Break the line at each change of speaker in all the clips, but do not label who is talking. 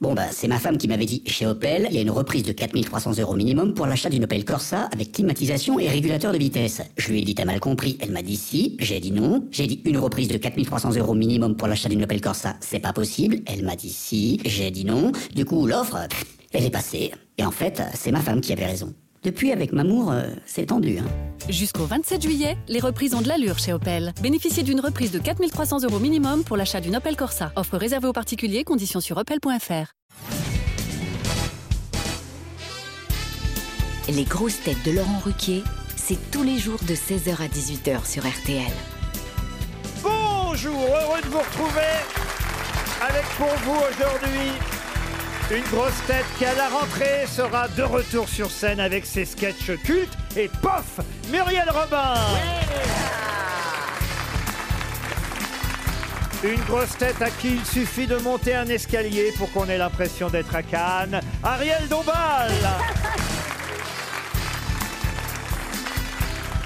Bon bah c'est ma femme qui m'avait dit chez Opel, il y a une reprise de 4300 euros minimum pour l'achat d'une Opel Corsa avec climatisation et régulateur de vitesse. Je lui ai dit t'as mal compris, elle m'a dit si, j'ai dit non, j'ai dit une reprise de 4300 euros minimum pour l'achat d'une Opel Corsa, c'est pas possible, elle m'a dit si, j'ai dit non, du coup l'offre, pff, elle est passée. Et en fait c'est ma femme qui avait raison. Depuis avec Mamour, euh, c'est tendu. Hein.
Jusqu'au 27 juillet, les reprises ont de l'allure chez Opel. Bénéficiez d'une reprise de 4300 euros minimum pour l'achat d'une Opel Corsa. Offre réservée aux particuliers, conditions sur opel.fr.
Les grosses têtes de Laurent Ruquier, c'est tous les jours de 16h à 18h sur RTL.
Bonjour, heureux de vous retrouver avec pour vous aujourd'hui une grosse tête qui à la rentrée sera de retour sur scène avec ses sketchs cultes et pof, Muriel Robin. Une grosse tête à qui il suffit de monter un escalier pour qu'on ait l'impression d'être à Cannes, Ariel Dombal.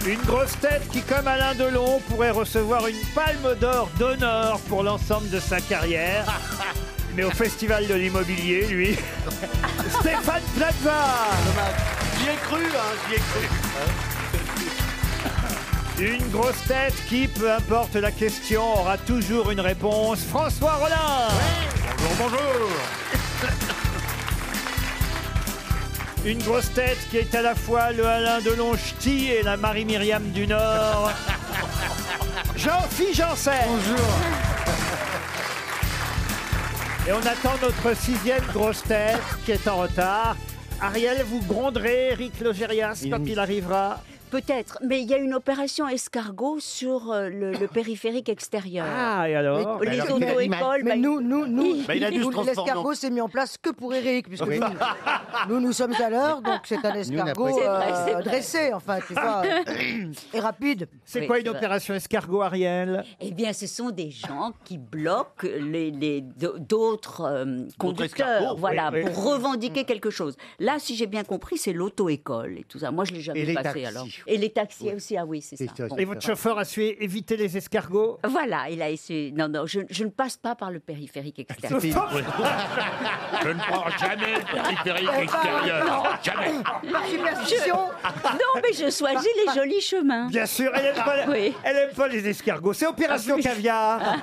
Une grosse tête qui, comme Alain Delon, pourrait recevoir une palme d'or d'honneur pour l'ensemble de sa carrière. Mais au Festival de l'immobilier, lui, Stéphane Plaza
J'y ai cru, hein, j'y ai cru.
Une grosse tête qui, peu importe la question, aura toujours une réponse. François Rollin Bonjour, bonjour Une grosse tête qui est à la fois le Alain Delon ch'ti et la Marie-Myriam du Nord. Jean-Philippe Janssen Bonjour Et on attend notre sixième grosse tête qui est en retard. Ariel, vous gronderez Eric Logérias quand il arrivera.
Peut-être, mais il y a une opération escargot sur euh, le, le périphérique extérieur.
Ah, et alors
Les, les
alors, mais-
auto-écoles, bah,
Mais nous, nous, nous,
Bah, Ben il a dû se
nous,
transformer en-
l'escargot s'est mis en place que pour Eric, puisque
Oui.
nous, nous, nous sommes à l'heure, donc c'est un escargot
C'est vrai,
euh,
c'est vrai.
dressé, enfin, tu vois, euh, et rapide.
C'est
Oui,
quoi
c'est
une
vrai.
opération escargot, Ariel
eh bien, ce sont des gens qui bloquent les, les- d'autres euh,
escargots,
conducteurs,
oui,
voilà,
oui. Mmh.
pour revendiquer quelque chose. Là, si j'ai bien compris, c'est l'auto-école et tout ça. Moi, je l'ai jamais
Et les
passé
taxis.
alors. Et les taxis aussi, ah oui, c'est
C'est
ça.
ça,
Bon.
Et votre chauffeur a su éviter les escargots
Voilà, il a essayé. Non, non, je, je ne passe pas par le périphérique extérieur.
Je ne prends jamais le périphérique
extérieur.
Jamais.
Par superstition,
non, mais je choisis les jolis chemins.
Bien sûr, elle aime pas,
Ah, Oui.
elle aime pas les escargots. C'est opération caviar.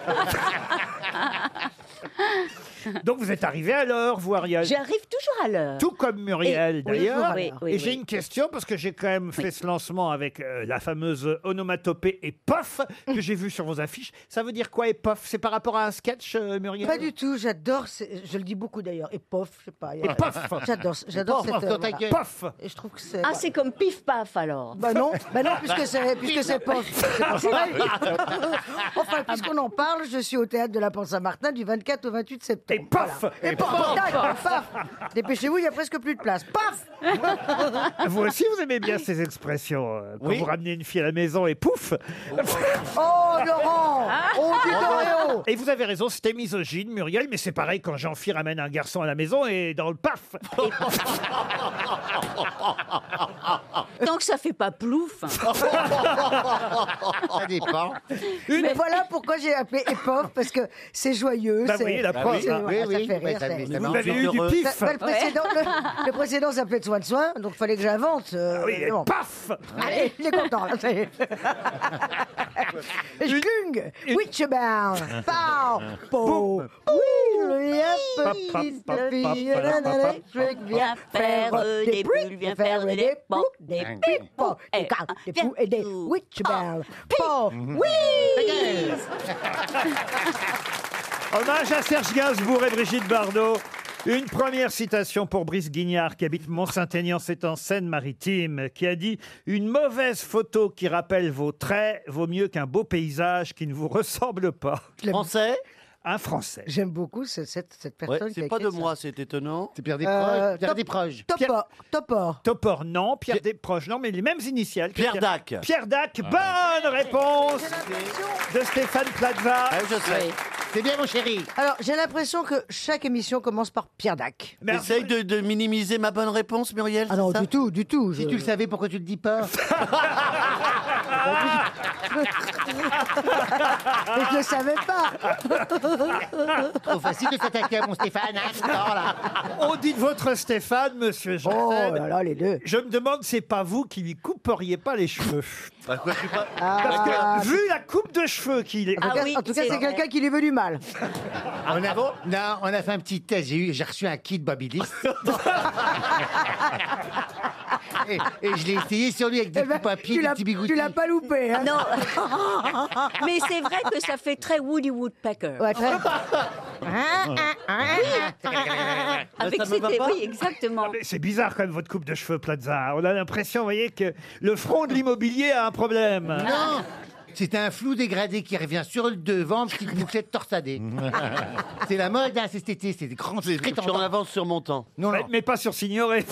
Donc vous êtes arrivé à l'heure, vous Ariel.
J'arrive toujours à l'heure.
Tout comme Muriel
Et-
d'ailleurs.
oui, oui,
et
oui.
j'ai une question parce que j'ai quand même fait ce lancement avec euh, la fameuse onomatopée et pof que j'ai vue sur vos affiches. Ça veut dire quoi et pof C'est par rapport à un sketch, euh, Muriel
pas du tout, j'adore, c'est- je le dis beaucoup d'ailleurs, et pof, je sais pas. il y a-
Et pof
J'adore, j'adore cette... euh, voilà.
Pof
Et je trouve que c'est...
Ah, c'est comme pif paf alors.
Bah non, bah non, puisque c'est puisque c'est pas, c'est pas pareil. enfin, puisqu'on en parle, je suis au théâtre de la Porte Saint-Martin du 24 au 28 septembre.
Et paf
Et paf, tac, paf, paf. Dépêchez-vous, il y a presque plus de place. Paf
Ah, Vous aussi, vous aimez bien ces expressions. euh, Quand
Oui.
vous ramenez une fille à la maison et pouf
Oh Laurent
Ah.
Oh dis donc, eh oh
Ah. Et vous avez raison, c'était misogyne, Muriel, mais c'est pareil quand jean phi ramène un garçon à la maison et dans le paf
Tant que ça fait pas plouf.
Ça dépend.
Mais voilà pourquoi j'ai appelé Épov, parce que c'est joyeux.
Bah
c'est-
oui, la
c'est-
preuve.
voilà,
oui, oui,
ça fait rire.
bah, ça-
c'est-
ça
Vous
marche.
avez eu du
Heureux.
pif
Bah, le, précédent, le, le précédent s'appelait de soin de soin, donc fallait que j'invente. euh,
Ah oui, et
bon.
paf
Allez, il est content. Là, ça y est. Schkung, Witchbound, Pow, Pow. Ah, Oui, la petite fille d'un électrique vient faire
euh,
des boules, vient faire des poux, des pipos, des cartes, des poux et des
Oh.
Witchbound. Pow,
Mm-hmm.
oui
Hommage à Serge Gainsbourg et Brigitte Bardot. Une première citation pour Brice Guignard, qui habite Mont-Saint-Aignan, c'est en Seine-Maritime, qui a dit « Une mauvaise photo qui rappelle vos traits vaut mieux qu'un beau paysage qui ne vous ressemble pas.
Français »
Un Français.
J'aime beaucoup ce- cette, cette
ouais,
personne qui a
C'est pas de
écrit ça.
moi, c'est étonnant.
C'est Pierre
Euh,
Desproges. Pierre
top-
Desproges.
Topor, Topor.
Topor, non. Pierre Desproges, non, mais les mêmes initiales. que
Pierre Dac.
Pierre Dac,
Ah,
bonne réponse de Stéphane Plaza.
Ah, je sais.
C'est bien, mon chéri.
Alors, j'ai l'impression que chaque émission commence par Pierre Dac.
Mais-
Essaye de, de minimiser ma bonne réponse, Muriel.
Ah non,
c'est ça
du tout, du tout.
Si
je-
tu le savais, pourquoi tu le dis pas Mais je ne savais pas.
Trop facile de s'attaquer à mon Stéphane. hein, ce temps-là.
Ah, On dit de votre Stéphane, monsieur Janssen.
là là, les deux.
Je me demande, c'est pas vous qui lui couperiez pas les cheveux. Parce que,
Ah,
vu la coupe de cheveux qu'il est.
en tout cas-
Ah oui,
en tout cas,
c'est
c'est
vrai.
quelqu'un qui lui est venu mal.
Ah, On a, non, on a fait un petit test. J'ai eu- j'ai reçu un kit Babyliss. et, et je l'ai essayé sur lui avec des
Eh ben,
petits papiers,
tu
des
l'as-
petits bigoutis.
tu l'as pas loupé. Hein
Non. Mais c'est vrai que ça fait très Woody Woodpecker.
Ouais, très-
Avec ses oui,
Ah,
exactement.
Mais C'est bizarre quand même votre coupe de cheveux, Plaza. On a l'impression, vous voyez, que le front de l'immobilier a un problème.
Non C'est un flou dégradé qui revient sur le devant, petite bouclette torsadée. c'est la mode, hein, c'est cet été, c'est des grands
Je suis en
prétendants.
avance sur mon temps.
Non,
Mais,
non.
mais pas sur Signoret.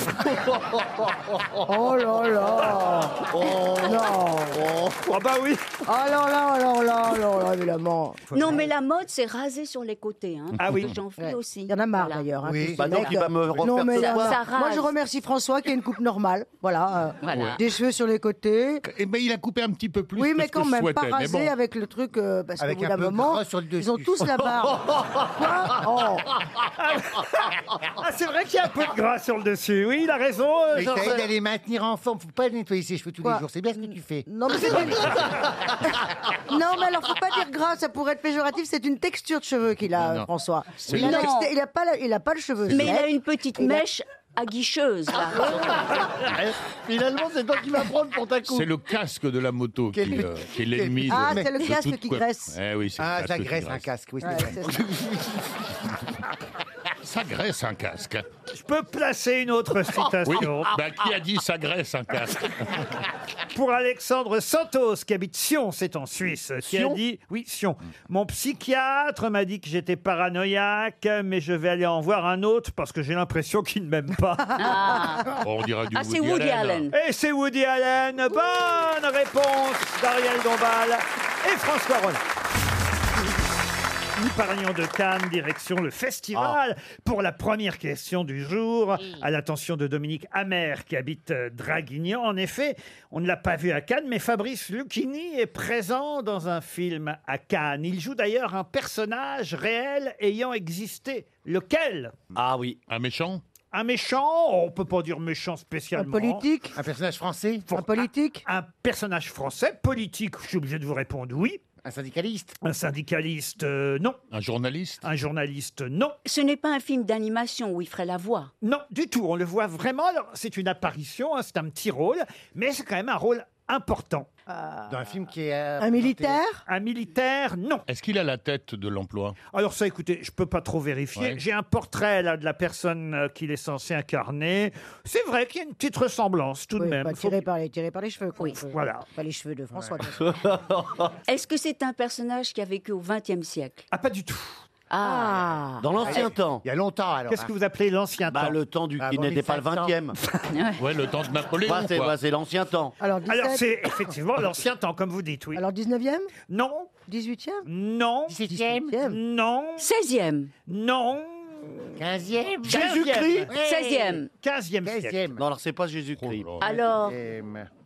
Oh là
Oh.
là Non
oh bah oui.
Oh là là là là là là, évidemment
Non, mais la mode, c'est raser sur les côtés. Hein,
Ah oui.
parce que J'en fais
Ouais.
aussi.
Il y en a marre
Voilà.
d'ailleurs. hein,
Oui.
tous ces
Bah non,
mecs,
qui va me
euh,
refaire
non, mais
ce
là,
soir. Ça
Moi,
rase.
je remercie François qui a une coupe normale. Voilà. euh, Des cheveux sur les côtés.
Eh ben, il a coupé un petit peu plus.
oui,
que
mais
ce que
quand
je
même,
souhaitais,
pas
mais
rasé
bon.
avec le truc, euh, parce qu'au
Avec
bout
un
d'un
peu
moment,
gras sur le dessus.
ils ont tous la barbe. Quoi Oh.
Oh.
Ah, c'est vrai qu'il y a un peu de gras sur le dessus. Oui, il a raison. euh,
Mais
Jean-
t'as d'aller maintenir en forme, faut pas nettoyer ses cheveux tous
Quoi
les jours, c'est bien ce que tu fais.
Non, mais c'est pas- Non, mais alors, faut pas dire gras, ça pourrait être péjoratif. C'est une texture de cheveux qu'il a, euh, François. Il a,
Non.
texte- il a pas, la- il a pas le cheveu.
Mais il
sec.
a une petite
Il a-
mèche aguicheuse. Là.
Finalement, c'est toi qui vas prendre pour ta coupe.
C'est le casque de la moto qui,
Quel-
euh, qui est l'ennemi.
Ah,
de-
c'est le
de
casque
toute
qui
quoi-
graisse.
Eh oui, c'est le
Ah,
casque
ça
qui
graisse un casque, oui, c'est
Ouais,
vrai.
c'est ça.
Ça graisse un casque.
Je peux placer une autre citation.
Oui. Bah, qui a dit ça graisse un casque
Pour Alexandre Santos, qui habite Sion, c'est en Suisse, qui a dit Oui, Sion. Mon psychiatre m'a dit que j'étais paranoïaque, mais je vais aller en voir un autre parce que j'ai l'impression qu'il ne m'aime pas.
On dirait du
Ah, c'est
Woody,
Woody Allen.
Et c'est Woody Allen. Bonne réponse d'Ariel Dombal et François Rollin. Nous parlions de Cannes, direction le festival. Pour la première question du jour, à l'attention de Dominique Amer, qui habite euh, Draguignan. En effet, on ne l'a pas vu à Cannes, mais Fabrice Lucchini est présent dans un film à Cannes. Il joue d'ailleurs un personnage réel ayant existé. Lequel
Ah oui.
Un méchant
Un méchant On peut pas dire méchant
Un
spécialement.
politique
Un personnage français
Un politique
Un personnage français, politique, je suis obligé de vous répondre oui.
Un syndicaliste
Un syndicaliste, euh, non.
Un journaliste
Un journaliste, non.
Ce n'est pas un film d'animation où il ferait la voix.
Non, du tout. On le voit vraiment. Alors, c'est une apparition, hein, c'est un petit rôle, mais c'est quand même un rôle important.
Dans un film qui est... euh,
Un militaire
Un militaire, non.
Est-ce qu'il a la tête de l'emploi
Alors ça, écoutez, je peux pas trop vérifier.
Ouais.
J'ai un portrait là de la personne euh, qu'il est censé incarner. C'est vrai qu'il y a une petite ressemblance tout de
Oui,
même.
pas
Faut-
tiré, par les, tiré par les cheveux, quoi.
Oui.
Faut-
Voilà.
Pas les cheveux de François. bien sûr.
Est-ce que c'est un personnage qui a vécu au XXe siècle
Ah pas du tout.
Ah,
Ah
Dans l'ancien temps.
Il y a longtemps, alors.
Qu'est-ce que vous appelez l'ancien
Bah,
temps
le temps du
Ah,
qui
bon,
n'était pas le
1500.
20e.
Ouais, le temps de Napoléon.
Bah, c'est
quoi.
bah, c'est l'ancien temps.
Alors,
Alors
17
c'est effectivement l'ancien temps, comme vous dites, oui.
Alors 19e
Non,
18e
non,
17e
non,
16e,
non.
15e
Jésus-Christ
16e.
15e siècle.
16e
Non, alors c'est pas
Oh
Jésus-Christ.
là là.
Alors,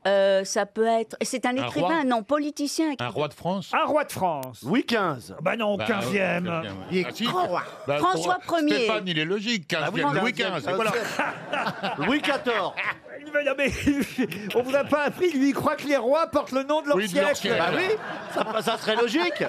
euh, ça peut être. C'est un
Un
écrivain,
roi
non, politicien.
Un roi de France
Un roi de France.
Louis XV.
Bah non,
Bah,
15e.
ouais, 15e.
Il est
Ah, si.
grand
hein.
roi.
Bah,
François
pour-
Ier.
Stéphane, il est logique. 15e,
Ah oui,
Louis
15e.
XV. Voilà.
Louis XIV.
Mais non, mais on vous a pas appris, lui, il croit que les rois portent le nom de leur
Oui, de leur
siècle.
siècle.
Bah oui, ça, ça serait logique.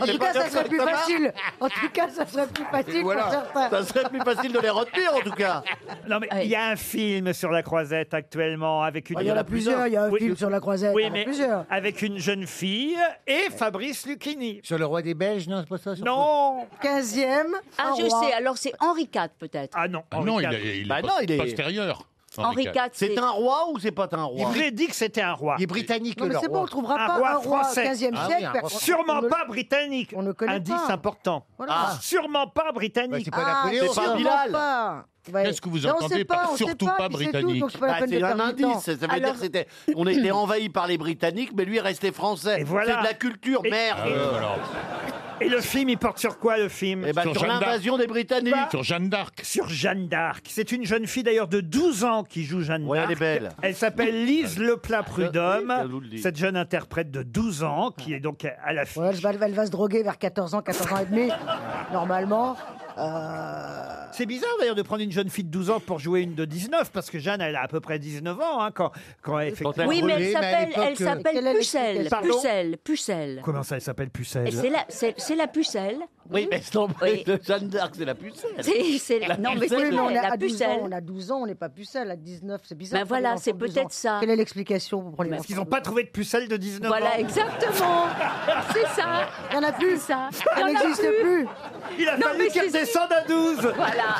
En tout cas,
Ah, pas
ça
comme
serait
ça,
plus
ça va
facile. En tout cas, ça serait plus facile pour
Voilà.
certains.
Ça serait plus facile de les retenir en tout cas.
Non, mais il y a un film sur la croisette actuellement avec une.
Ah, Il y en a plusieurs. Il y a un
Oui.
film sur la croisette.
Oui,
il y en a
mais
plusieurs.
avec une jeune fille et Fabrice Lucchini.
Sur le roi des Belges, non, c'est pas ça sur-
Non
15e.
Ah,
un
je
roi.
sais, alors c'est Henri IV peut-être.
Ah non,
Ah
Henri
non, il
IV.
est, il est
Bah
pas-
non, il est-
postérieur.
Henri IV,
C'est
c'est
un roi ou c'est pas un roi
Je vous ai dit que c'était un roi.
Il est britannique,
Non, mais
le
c'est
roi.
bon, on trouvera
Un
pas
roi
un roi au
français.
15e
Ah oui,
siècle.
un roi
personne-
Sûrement
on ne-
pas britannique.
on ne connaît
Indice
pas.
important.
Voilà.
Ah.
Sûrement pas
Bah,
britannique.
c'est Ah, pas
Ah,
Napoléon,
c'est pas
sûrement
Bilal.
pas. Ouais.
Qu'est-ce que vous
Non, on
entendez
sait
par
on sait
surtout pas
puis c'est tout,
britannique
donc c'est pas la
Bah,
peine de
c'est un
perdre du temps.
indice, ça veut dire
Alors-
que c'était, on était envahi par les Britanniques, mais lui il restait français.
Et voilà.
C'est de la culture,
Et-
merde.
Ah ouais, voilà.
Et le film, il porte sur quoi le film
Eh ben, Sur sur Jeanne d'Arc. l'invasion des Britanniques. Sur
Jeanne d'Arc. Sur Jeanne d'Arc. C'est une jeune fille d'ailleurs de 12 ans qui joue Jeanne d'Arc.
elle est belle.
Elle s'appelle Lise Leplat Prudhomme.
oui, je vous le dis.
Cette jeune interprète de 12 ans qui est donc à la
Ouais, elle, va, elle va se droguer vers 14 ans, 14 ans et demi, normalement. Euh,
C'est bizarre d'ailleurs de prendre une jeune fille de 12 ans pour jouer une de 19, parce que Jeanne, elle a à peu près 19 ans hein, quand, quand effectivement.
Oui, mais elle s'appelle, elle
Quelle est
s'appelle
la-
Pucelle,
euh, Pardon
Pucelle, Pucelle.
Comment ça, elle s'appelle
Et
Pucelle
C'est la, c'est, c'est la Pucelle.
Oui, mais c'est
Oui.
de Jeanne d'Arc, c'est la pucelle.
C'est- c'est- non, mais c'est
oui, mais on
vrai,
est
la
à 12
pucelle.
ans, on a 12 ans, on n'est pas pucelle, à 19, c'est bizarre.
Ben
pour les
voilà,
enfants
c'est
de 12
peut-être
ans.
ça.
Quelle est l'explication pour les
Parce qu'ils n'ont pas trouvé de Pucelle de 19 ans.
Voilà, exactement. C'est ça.
Il n'y en a plus, ça.
Il y en
Ça
a
n'existe
plus.
plus.
Il a
Non,
fallu
mais
qu'elle
c'est-
descende à 12
Voilà.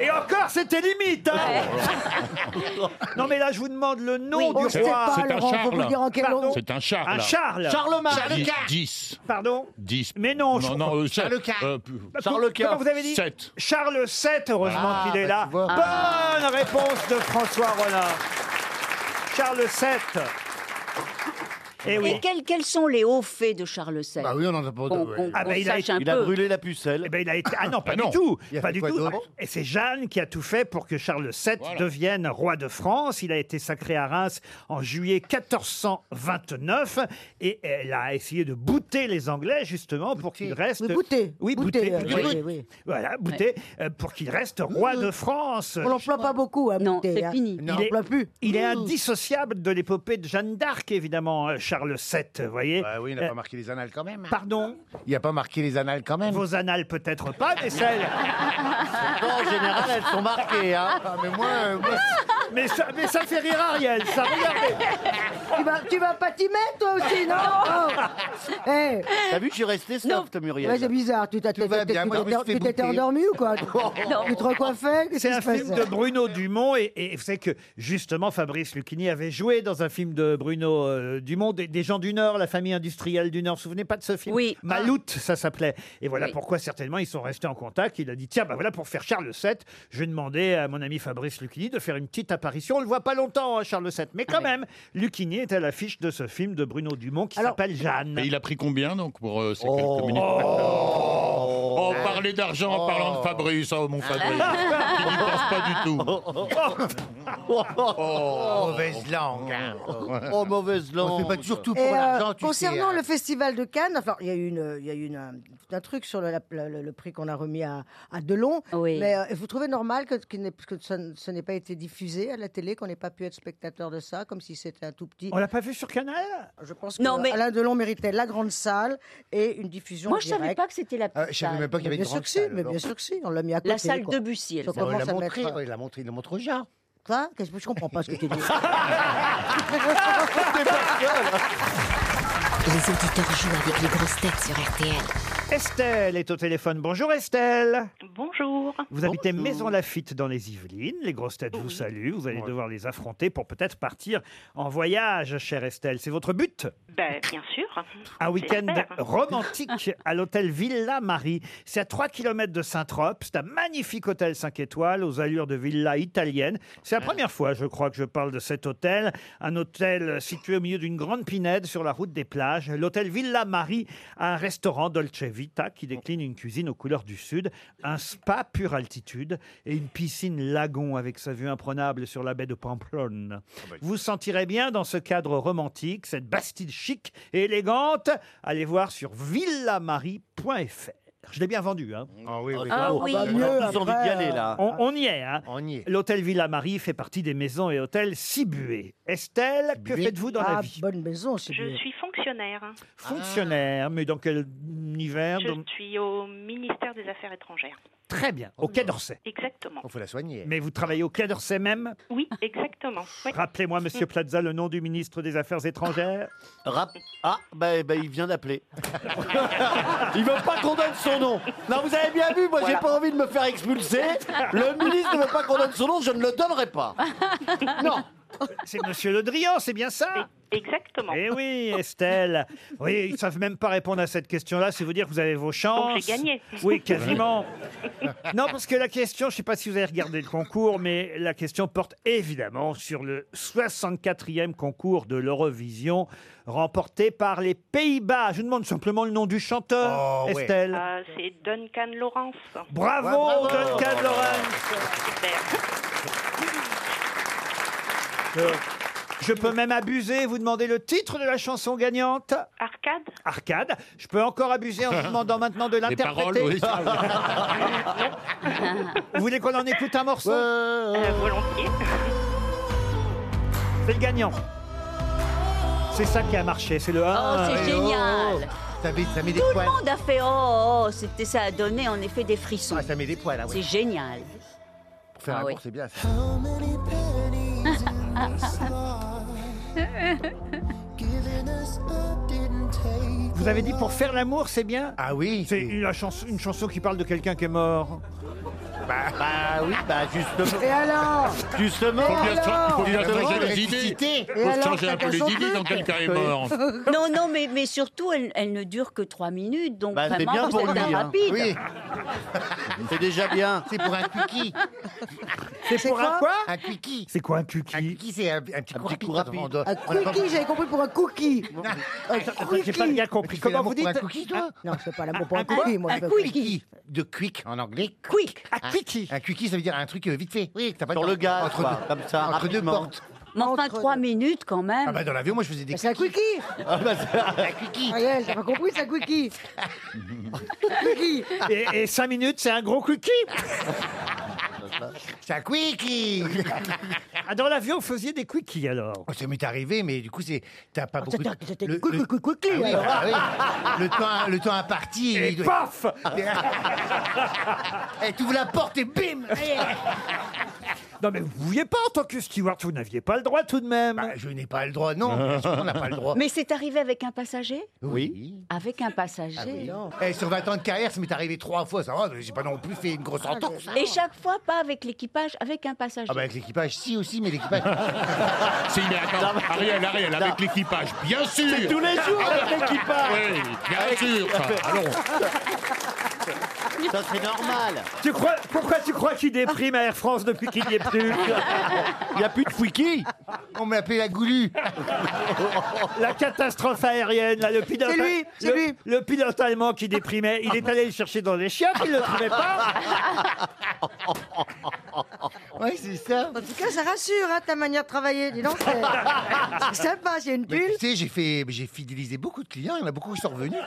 Et encore, c'était limite hein. Non mais là, je vous demande le nom
On ne
du
sait
roi.
Oh, pas,
c'est un
Laurent,
char,
faut vous
là.
dire en quel
Pardon
nom.
C'est un Charles.
Un
là.
Charles
Charlemagne.
Dix-
Charles IV.
10.
Pardon
10.
Mais non, je-
Non, non, euh,
Charles
sept.
Quint.
Euh, plus-
Charles Quint.
Bah, Comment vous avez dit
Sept.
Charles VII, heureusement
Ah,
qu'il est
bah,
là.
tu vois.
Bonne réponse de François Rollin. Charles VII. Eh oui.
Et quels, quels sont les hauts faits de Charles VII
Bah oui, on en a pas
Qu'on-
ouais.
qu'on-
Ah,
qu'on
ben, il a-
sache un
Il a
peu.
brûlé la
Eh
pucelle.
ben, il a été... Ah non, pas
Ah
du
non.
tout.
Il a
Pas
fait
du
quoi
tout.
d'autre
Et c'est Jeanne qui a tout fait pour que Charles VII
Voilà.
devienne roi de France. Il a été sacré à Reims en juillet 1429 et elle a essayé de bouter les Anglais justement pour qu'ils restent.
Oui, bouter.
Oui, bouter.
Bouter, euh,
bouter.
bouter, oui.
Voilà, bouter euh, pour qu'il reste roi de France.
On l'emploie pas beaucoup, hein,
Non,
bouter,
c'est
hein.
fini.
Non.
On l'emploie plus.
Il est indissociable de l'épopée de Jeanne d'Arc, évidemment, euh, Charles VII, vous voyez.
Bah oui, il n'a
Euh,
pas marqué les annales quand même.
Pardon,
Il n'a pas marqué les annales quand même.
vos annales peut-être pas, mais celles,
Pourtant, en général, elles sont marquées. Hein.
Ah, mais moi, euh, moi,
mais ça, mais ça fait rire Ah, Ariel, ça, regardez.
Tu vas, tu vas pas t'y mettre, toi aussi, non Oh. Eh,
T'as vu, je suis resté soft, Muriel.
ouais, c'est bizarre. Tu t'as-
Tout va
t'étais-
bien, moi, je me suis fait
tu t'étais
bouter.
endormi ou quoi Tu te recoiffais Qu'est-ce
C'est
qui
un
se
film
passe
de Bruno Dumont et, et vous savez que justement Fabrice Lucchini avait joué dans un film de Bruno euh, Dumont, des, des gens du Nord, la famille industrielle du Nord. Vous vous souvenez pas de ce film
Oui.
Maloute, ça s'appelait. Et voilà
Oui.
pourquoi certainement ils sont restés en contact. Il a dit tiens, bah voilà pour faire Charles VII, je vais demander à mon ami Fabrice Lucchini de faire une petite apparition. On le voit pas longtemps hein, Charles VII, mais quand même Lucchini est à l'affiche de ce film de Bruno Dumont qui
Alors-
s'appelle Jeanne.
Mais il a pris combien donc pour euh, ces quelques minutes Oh, parler d'argent en parlant de Fabrice, oh mon Fabrice. Il n'y pense pas du tout.
Oh.
Oh.
mauvaise langue. hein.
Oh, mauvaise
On
langue.
fait pas surtout
Et,
pour l'argent,
euh,
tu
concernant
sais,
le
hein.
festival de Cannes, enfin, il y a eu, une, il y a eu une, euh, tout un truc sur le, la- le- le- le prix qu'on a remis à, à Delon.
Ah Oui.
Mais euh, vous trouvez normal que, qu'il n'ait- que ça ne- ce n'ait pas été diffusé à la télé, qu'on n'ait pas pu être spectateur de ça, comme si c'était un tout petit.
On l'a pas vu sur Canal
Je pense que
Non, mais-
Alain Delon méritait la grande salle et une diffusion.
Moi, je savais
directe.
pas que c'était la petite
Ah, je savais
salle.
même pas qu'il y
Mais
avait
bien
une
sûr
grande
que si,
salle,
mais
alors.
bien sûr que si, on l'a mis à côté.
La salle
quoi.
Debussy, elle
Ça
Bah,
s'appelle.
on
commence
l'a
à
montré, on
mettre-
l'a montré, il l'a montré aux gens.
Quoi Qu'est-ce que je comprends pas ce que tu dis
Les auditeurs jouent avec les grosses têtes sur RTL.
Estelle est au téléphone. Bonjour Estelle.
Bonjour.
Vous habitez Maison Lafitte dans les Yvelines. Les grosses têtes vous saluent. Vous allez devoir les affronter pour peut-être partir en voyage, chère Estelle. C'est votre but
Ben, bien sûr. hein.
Un week-end
J'espère.
romantique à l'hôtel Villa Marie. C'est à 3 km de Saint-Trope. C'est un magnifique hôtel 5 étoiles aux allures de villa italienne. C'est la première fois, je crois, que je parle de cet hôtel. Un hôtel situé au milieu d'une grande pinède sur la route des plages. L'hôtel Villa Marie a un restaurant Dolce Vita qui décline une cuisine aux couleurs du Sud, un spa pure altitude et une piscine lagon avec sa vue imprenable sur la baie de
Ah
Pamplonne.
bah
Vous sentirez bien dans ce cadre romantique, cette Bastille chic et élégante. Allez voir sur villamarie.fr. Je l'ai bien vendu. hein.
Ah oui, oui.
Ah
Oh,
oui.
On a tous
Mieux
bah,
envie d'y
après,
aller, là.
On, on y est. hein.
On y est.
L'hôtel Villa Marie fait partie des maisons et hôtels Sibué. Estelle, que
Sibué.
faites-vous dans la
Ah,
vie
bonne maison, c'est
Je suis fonctionnaire.
Fonctionnaire, mais dans quel univers
Je
Dans-
suis au ministère des Affaires étrangères.
Très bien, au Quai d'Orsay.
Exactement.
On faut la soigner.
Mais vous travaillez au Quai d'Orsay même
Oui, exactement. Mm. Oui.
Rappelez-moi, Monsieur Plaza, le nom du ministre des Affaires étrangères.
Rap- Ah, ben ben, il vient d'appeler. il veut pas qu'on donne son nom. Non, vous avez bien vu, moi, j'ai pas envie de me faire expulser. Le ministre ne veut pas qu'on donne son nom, je ne le donnerai pas. Non.
C'est Monsieur Le Drian, c'est bien ça
Exactement.
Eh oui, Estelle. Oui, ils savent même pas répondre à cette question-là. C'est vous dire que vous avez vos chances.
Donc j'ai gagné.
Oui, quasiment. Non, parce que la question, je sais pas si vous avez regardé le concours, mais la question porte évidemment sur le 64e concours de l'Eurovision remporté par les Pays-Bas. Je vous demande simplement le nom du chanteur,
Oh,
ouais.
Estelle.
Euh, c'est Duncan Lawrence.
Bravo,
Ah,
Ouais, bravo. Duncan Lawrence.
Super.
Euh, Je peux même abuser, vous demander le titre de la chanson gagnante
Arcade
Arcade. Je peux encore abuser en vous demandant maintenant de
Les paroles,
l'interpréter.
oui, ça,
vous voulez qu'on en écoute un morceau
Volontiers.
C'est le gagnant. C'est ça qui a marché, c'est le oh. 1.
c'est génial.
Oh, Ça met, ça met des
Tout
poils.
le monde a fait oh, oh, c'était ça a donné en effet des frissons.
ça met des poils, ah ouais.
C'est génial.
Pour faire
Ah
un
oui.
cours, c'est bien. ça.
Vous avez dit pour faire l'amour, c'est bien
Ah oui.
C'est une chanson, une chanson qui parle de quelqu'un qui est mort.
Bah, bah oui, bah justement.
Et alors
Justement.
Faut bien,
alors
faut bien
Il y a
changer
vraiment
les
l'électricité.
idées.
Et
Faut
alors,
changer Oh, un peu les
chacun son
idées quand
truc.
quelqu'un est mort.
Non, non, mais, mais surtout, elle, elle ne dure que trois minutes, donc
Bah, c'est
vraiment,
bien pour
c'est
lui,
un
hein.
rapide.
Oui,
C'est déjà bien.
c'est pour un cookie.
C'est pour un quoi
Un cookie.
C'est quoi un cuqui
Un cookie, c'est un, un petit coup rapide. quand on-
Un
on a pas-
cookie, j'avais compris pour un cookie. Un
J'ai pas bien compris.
Tu fais
Comment vous
l'amour
dites
pour un cookie, toi
Non, je fais pas l'amour pour un
Un quoi
cookie, moi. je
Un
fais-
cookie.
Quickie. De quick en anglais.
Quick,
Un quickie.
Un quickie, ça veut dire un truc euh, vite fait. Oui, que t'as pas
Sur
de-
le gaz,
entre
quoi,
deux,
comme ça,
entre deux
rapidement.
portes.
mais enfin,
Entre-
trois minutes quand même.
Ah bah dans l'avion, moi je faisais des
C'est un cookie
Ah, bah, c'est-
Un quickie.
Ariel, t'as pas compris, c'est un cookie Cookie
Et 5 minutes, c'est un gros cuqui
C'est un quickie.
Ah, Dans l'avion, vous faisiez des quickies alors
Oh, ça m'est arrivé, mais du coup, c'est t'as pas beaucoup. de-
Ah, C'était- C'était
le-
cou-
le-
cou- cou-
Ah
cookie,
oui,
alors.
bah oui. Le temps, le temps imparti.
Et
il doit-
paf
Eh, t'ouvres la porte et bim.
Non mais vous pouviez pas en tant que steward, vous n'aviez pas le droit tout de même.
Bah, je n'ai pas le droit, non. bien sûr qu'on n'a pas le droit.
Mais c'est arrivé avec un passager
Oui.
Avec un passager.
Eh, sur 20 ans de carrière, ça m'est arrivé trois fois. Ça va, j'ai pas non plus fait une grosse
Ah,
entorse.
Et chaque fois, pas avec l'équipage, avec un passager.
Ah bah avec l'équipage, si aussi, mais l'équipage.
Si, mais attends, Ariel, Ariel, avec l'équipage, bien sûr
Tous les jours avec l'équipage.
Ah, bah. Oui, bien sûr enfin, Allons
Ça, c'est normal.
Tu crois, pourquoi tu crois qu'il déprime à Air France depuis qu'il n'y est plus
Il n'y a plus de quickie.
On m'appelait la goulue.
La catastrophe aérienne, là, le pilote.
C'est lui, c'est
le-
lui.
le pilote allemand qui déprimait, il est allé le chercher dans les chiottes, il ne le trouvait
Ah,
pas.
Ouais, c'est ça.
En tout cas, ça rassure, hein, ta manière de travailler. Dis donc, c'est- c'est sympa, j'ai une
Mais
bulle.
tu sais, j'ai fait, j'ai fidélisé beaucoup de clients. Il y en a beaucoup qui sont revenus.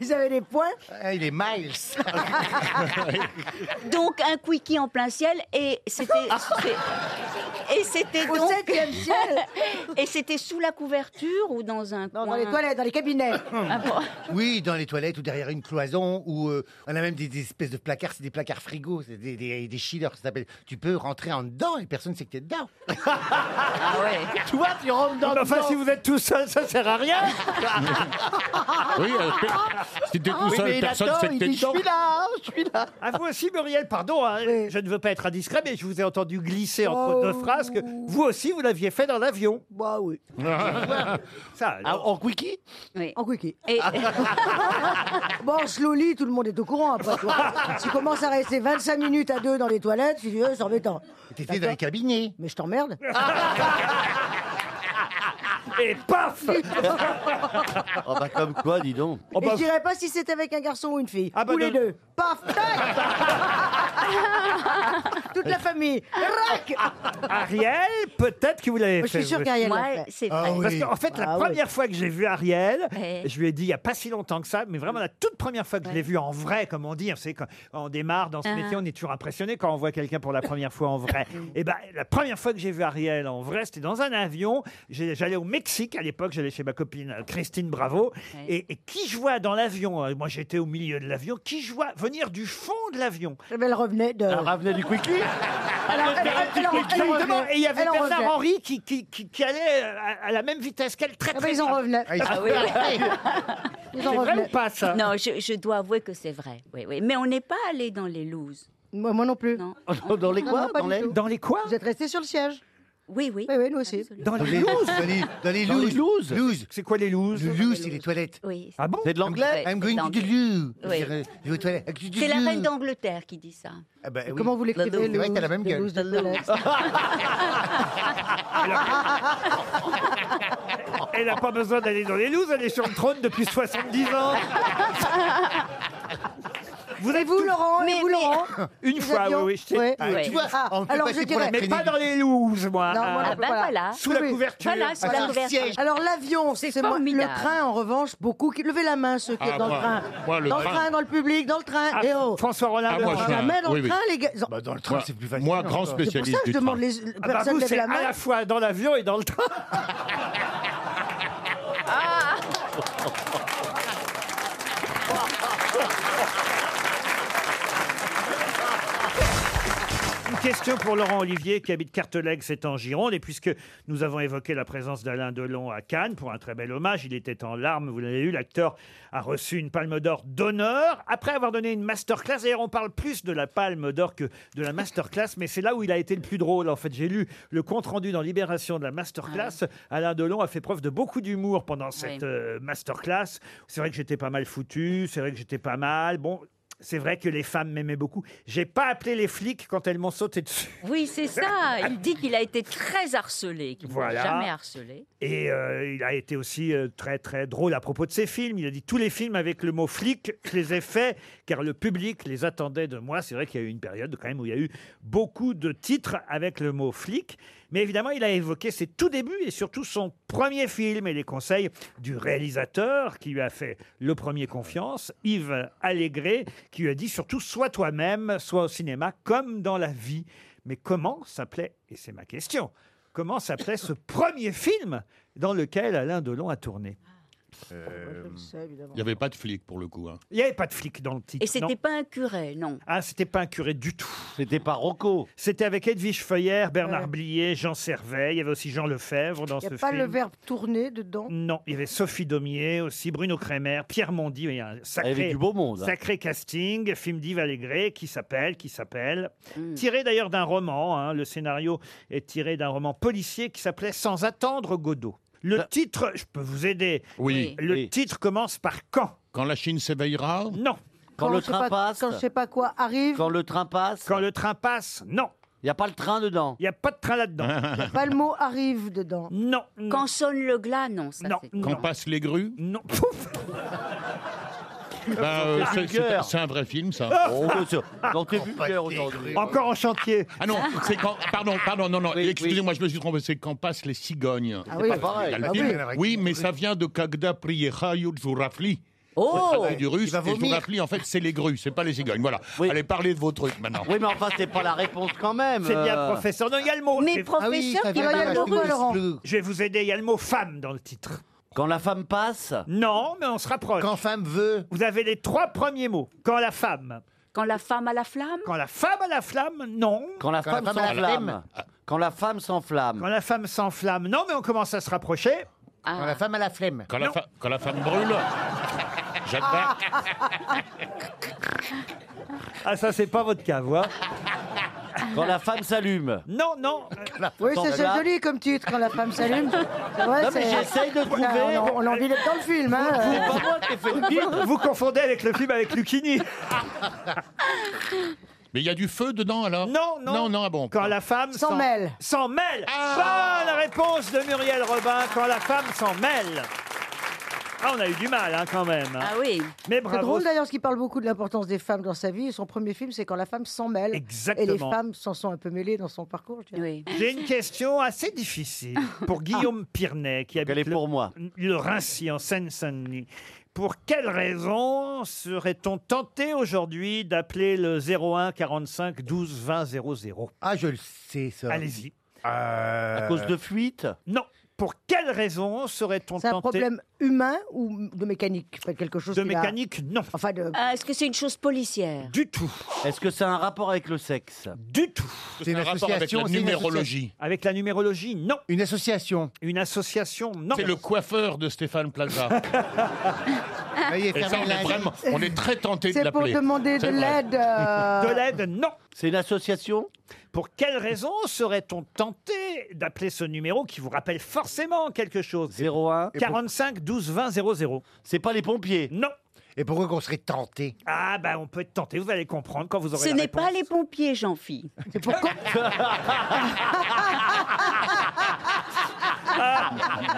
Ils avaient des points.
Ah, Il est miles.
Donc un quickie en plein ciel et c'était c'était- et c'était
Au
donc
septième ciel.
et c'était sous la couverture ou dans un
Non,
coin.
dans les toilettes, dans les cabinets.
Ah bon.
Oui, dans les toilettes ou derrière une cloison ou euh, on a même des, des espèces de placards, c'est des placards frigos, c'est des, des, des chillers, ça s'appelle. Tu peux rentrer en dedans et personne ne sait que t'es dedans.
Tu vois, tu rentres dans
Mais Ah, bah, Enfin, si vous êtes tout seul, ça sert à rien.
Ah,
Oui, euh, si t'es tout
Oui, mais
seul,
il
personne
attend,
sait que
il
t'es
dit, je
dedans.
suis là, je suis là.
À vous aussi, Muriel, pardon, hein, je ne veux pas être indiscret, mais je vous ai entendu glisser entre
Oh.
deux phrases que vous aussi, vous l'aviez fait dans l'avion.
Bah oui,
Ça,
Ah,
alors.
en quickie
Oui.
en quickie.
Et,
Ah.
Bon, slowly, tout le monde est au courant après toi. Si tu commences à rester 25 minutes à deux dans les toilettes, si tu veux, c'est embêtant.
T'étais dans les cabinets.
Mais je t'emmerde.
Et paf
Oh, bah, comme quoi, dis donc.
Oh,
Et
bah,
je dirais pas si c'était avec un garçon ou une fille.
Ah bah
ou les
non.
deux. Paf, tac Toute la famille. Rac
Ariel, peut-être que vous l'avez
Je
fait.
suis sûre
vous.
qu'Ariel l'a
moi
fait.
c'est
Ah
vrai.
oui.
Parce qu'en fait, la
Ah ouais.
première fois que j'ai vu Ariel,
Ouais.
je lui ai dit il n'y a pas si longtemps que ça, mais vraiment la toute première fois que je l'ai vu en vrai, comme on dit, vous savez, quand on démarre dans ce
Ah.
métier, on est toujours impressionné quand on voit quelqu'un pour la première fois en vrai. Et ben la première fois que j'ai vu Ariel en vrai, c'était dans un avion. J'ai- J'allais au Mexique à l'époque, j'allais chez ma copine euh, Christine Bravo.
Ouais.
Et, et qui je vois dans l'avion euh, Moi, j'étais au milieu de l'avion. Qui je vois venir du fond de l'avion
Eh ben, Elle revenait de.
Elle revenait du quickie
Alors, elle- elle- elle- elle en
Exactement.
revenait.
Et il y avait
Elle en
Bernard
revenait.
Henry qui, qui, qui- qui allait euh, à, à la même vitesse qu'elle, très
Eh ben,
très
ils en
vite.
revenaient.
Ah, ils sont-
Ils
C'est
en
vrai ou
revenaient.
pas ça
Non, je, je dois avouer que c'est vrai. Oui, oui. Mais on n'est pas allé dans les loos.
Moi, moi non plus.
Oh,
Oh,
Dans les quoi Dans les-
Dans les quoi
Vous êtes resté sur le siège
Oui, oui.
Oui, oui, nous aussi.
Dans les looses
Dans les, dans
Dans
les
les
looses.
C'est quoi les looses
Les looses, c'est les toilettes.
Oui.
Ah bon
C'est de l'anglais
I'm going to the loo. C'est-à-dire, Je vais aux toilettes.
C'est la reine d'Angleterre qui dit ça.
Ah bah oui.
Comment vous l'écrivez,
C'est vrai que t'as la même
les
gueule.
looses de toilettes
Elle n'a pas besoin d'aller dans les looses, elle est sur le trône depuis 70 ans. Vous êtes
Vous, Laurent, et vous, Laurent
Une
Nous
fois, oui,
avions-
oui, j'étais-
Ouais.
Ah, tu vois, on me fait
Alors,
passer
je
pour la
dirais...
Mais pas dans les looses, moi.
Non, moi non
Ah,
plus,
bah,
voilà.
Sous la couverture.
Voilà, sous
Ah,
la
ça,
couverture.
siège.
Alors l'avion, c'est moi. Le
formidable.
train, en revanche, beaucoup qui levaient la main ceux qui
Ah,
étaient dans
moi,
le train.
moi, le
dans le
train.
train, dans le public, dans le train.
Ah,
et oh.
François Rollin.
Ah, moi, je suis un-
Jamais dans
oui,
le
oui.
train, les gars. Ils ont-
Dans le train,
Moi-
c'est plus facile.
moi, grand
encore.
spécialiste.
C'est pour ça que
du
je demande
train.
les
Ah, bah,
personnes
vous,
lève
c'est
la
à
main.
la fois dans l'avion et dans le train. Une question pour Laurent Olivier qui habite Carteleg, c'est en Gironde. Et puisque nous avons évoqué la présence d'Alain Delon à Cannes pour un très bel hommage, il était en larmes, vous l'avez eu, l'acteur a reçu une palme d'or d'honneur après avoir donné une masterclass. D'ailleurs, on parle plus de la palme d'or que de la masterclass, mais c'est là où il a été le plus drôle. En fait, j'ai lu le compte-rendu dans Libération de la masterclass. Alain Delon a fait preuve de beaucoup d'humour pendant cette euh, masterclass. C'est vrai que j'étais pas mal foutu, c'est vrai que j'étais pas mal. Bon, c'est vrai que les femmes m'aimaient beaucoup. J'ai pas appelé les flics quand elles m'ont sauté dessus.
Oui, c'est ça. Il dit qu'il a été très harcelé, qu'il
Voilà.
n'a jamais harcelé.
Et euh, il a été aussi euh, très très drôle à propos de ses films. Il a dit tous les films avec le mot flic, je les ai faits car le public les attendait de moi. C'est vrai qu'il y a eu une période quand même où il y a eu beaucoup de titres avec le mot flic. Mais évidemment, il a évoqué ses tout débuts et surtout son premier film et les conseils du réalisateur qui lui a fait le premier confiance, Yves Allégret, qui lui a dit surtout sois toi-même, sois au cinéma comme dans la vie. Mais comment s'appelait, et c'est ma question, comment s'appelait ce premier film dans lequel Alain Delon a tourné
Euh, Il
évidemment.
n'y avait pas de flic pour le coup. hein.
Il n'y avait pas de flic dans le titre.
Et
non.
c'était pas un curé, non.
Ah, c'était pas un curé du tout.
C'était pas Rocco.
C'était avec Edwige Feuillère, Bernard
Ouais.
Blier, Jean Servet. Il y avait aussi Jean Lefebvre dans
Il n'y
ce
a pas
film.
le verbe tourner dedans.
Non, il y avait Sophie Daumier aussi, Bruno Kremer, Pierre Mondy. Il y a un sacré,
Ah, Il y avait du beau monde, hein.
Sacré casting, film d'Yves Allégret qui s'appelle, qui s'appelle.
Hmm.
Tiré d'ailleurs d'un roman, hein, le scénario est tiré d'un roman policier qui s'appelait Sans attendre Godot. Le titre, je peux vous aider.
Oui.
Le
Oui.
titre commence par quand
Quand la Chine s'éveillera
Non.
Quand le
je sais
train
pas-
passe.
Quand je sais pas quoi arrive,
Quand le train passe.
Quand le train passe Non.
Il n'y a pas le train dedans.
Il n'y a pas de train là-dedans.
pas le mot arrive dedans.
non. non,
Quand sonne le glas, non. Ça,
non,
c'est-
Quand
non,
passent les grues
non. Pouf
Ben, euh, c'est- C'est
vulgaire.
c'est un vrai film, ça.
Oh, mais c'est- Quand t'es vulgaire
t'es
aujourd'hui.
Encore en chantier.
Ah non, c'est quand. Pardon, pardon, non, non. Excusez-moi, je me suis trompé. C'est quand passent les cigognes.
Ah oui.
Pas pareil.
Il y a le
Ah
film.
oui.
oui. mais ça vient de Kagda Priyechayu Zurafli.
Oh
travail du russe.
va
Et
vomir.
Zurafli, en fait, c'est les grues, c'est pas les cigognes. Voilà.
Oui.
Allez, parlez de vos trucs maintenant.
Oui, mais enfin, c'est pas la réponse quand même.
C'est bien,
euh.
professeur. Non, il y a le mot.
Mais
Je-
Ah oui,
professeur
ça
qui
vient de
va
la
dans le
Chine.
coin, Laurent.
Bleu.
Je vais vous aider. Il y a le mot femme dans le titre.
Quand la femme passe.
Non, mais on se rapproche.
Quand femme veut.
Vous avez les trois premiers mots. Quand la femme.
Quand la femme a la flamme
Quand la femme a la flamme, non.
Quand la
Quand
femme
la femme a la
s'enflamme. Ah, Quand la femme
Quand
s'enflamme.
la femme s'enflamme, non, mais on commence à se rapprocher.
Quand la femme a la flemme.
Quand la,
Non.
fa- quand la femme brûle. Jeanne d'Arc.
Ah, ça, c'est pas votre cas, vous. hein.
Quand la femme s'allume.
Non, non. euh,
Oui, ça, c'est
Voilà.
joli comme titre quand la femme s'allume. C'est vrai,
Non, mais
c'est-
j'essaye de
Ah,
trouver.
on- On l'a envie d'être dans le film.
C'est
Hein.
pas moi qui ai fait le titre.
Vous confondez avec le film avec Lucchini.
Mais il y a du feu dedans, alors
Non, non.
Non, non, ah bon.
Quand la femme
S'en mêle.
S'en mêle.
Ah.
Bonne réponse de Muriel Robin. Quand la femme s'en mêle. Ah, on a eu du mal, hein, quand même. hein.
Ah oui.
Mais
C'est
bravo.
drôle d'ailleurs parce qu'il parle beaucoup de l'importance des femmes dans sa vie. Et son premier film, c'est quand la femme s'en mêle. Et les
Exactement.
femmes s'en sont un peu mêlées dans son parcours. je dirais.
oui.
J'ai une question assez difficile pour Guillaume Pirnet, qui
Ah. Elle est
habite le,
pour moi.
le Rincy, en Seine-Saint-Denis. Pour quelle raison serait-on tenté aujourd'hui d'appeler le 01 45 12 20 00
Ah, je le sais, ça.
Allez-y.
Euh,
À cause de fuite.
Non. Pour quelle raison serait-on
C'est un
tenté
problème humain ou de mécanique Pas quelque chose
de
qui va-
mécanique Non.
Enfin, de...
Ah, Est-ce que c'est une chose policière
Du tout.
Est-ce que c'est un rapport avec le sexe
Du tout.
C'est
une
un rapport avec
association,
la
c'est une
numérologie.
Avec la numérologie Non.
Une association.
Une association Non.
C'est le coiffeur de Stéphane Plaza.
Voyez,
Et ça,
fermez
on est
la-
vraiment, on est très tenté de
c'est pour
l'appeler.
demander de
C'est vrai.
l'aide. euh,
De l'aide Non. C'est une association Pour quelle raison serait-on tenté d'appeler ce numéro qui vous rappelle forcément quelque chose 01 45 12 20 00. C'est pas les pompiers Non. Et pourquoi qu'on serait tenté Ah ben on peut être tenté, vous allez comprendre quand vous aurez
Ce
la
n'est
réponse.
pas les pompiers, Jean-Phi.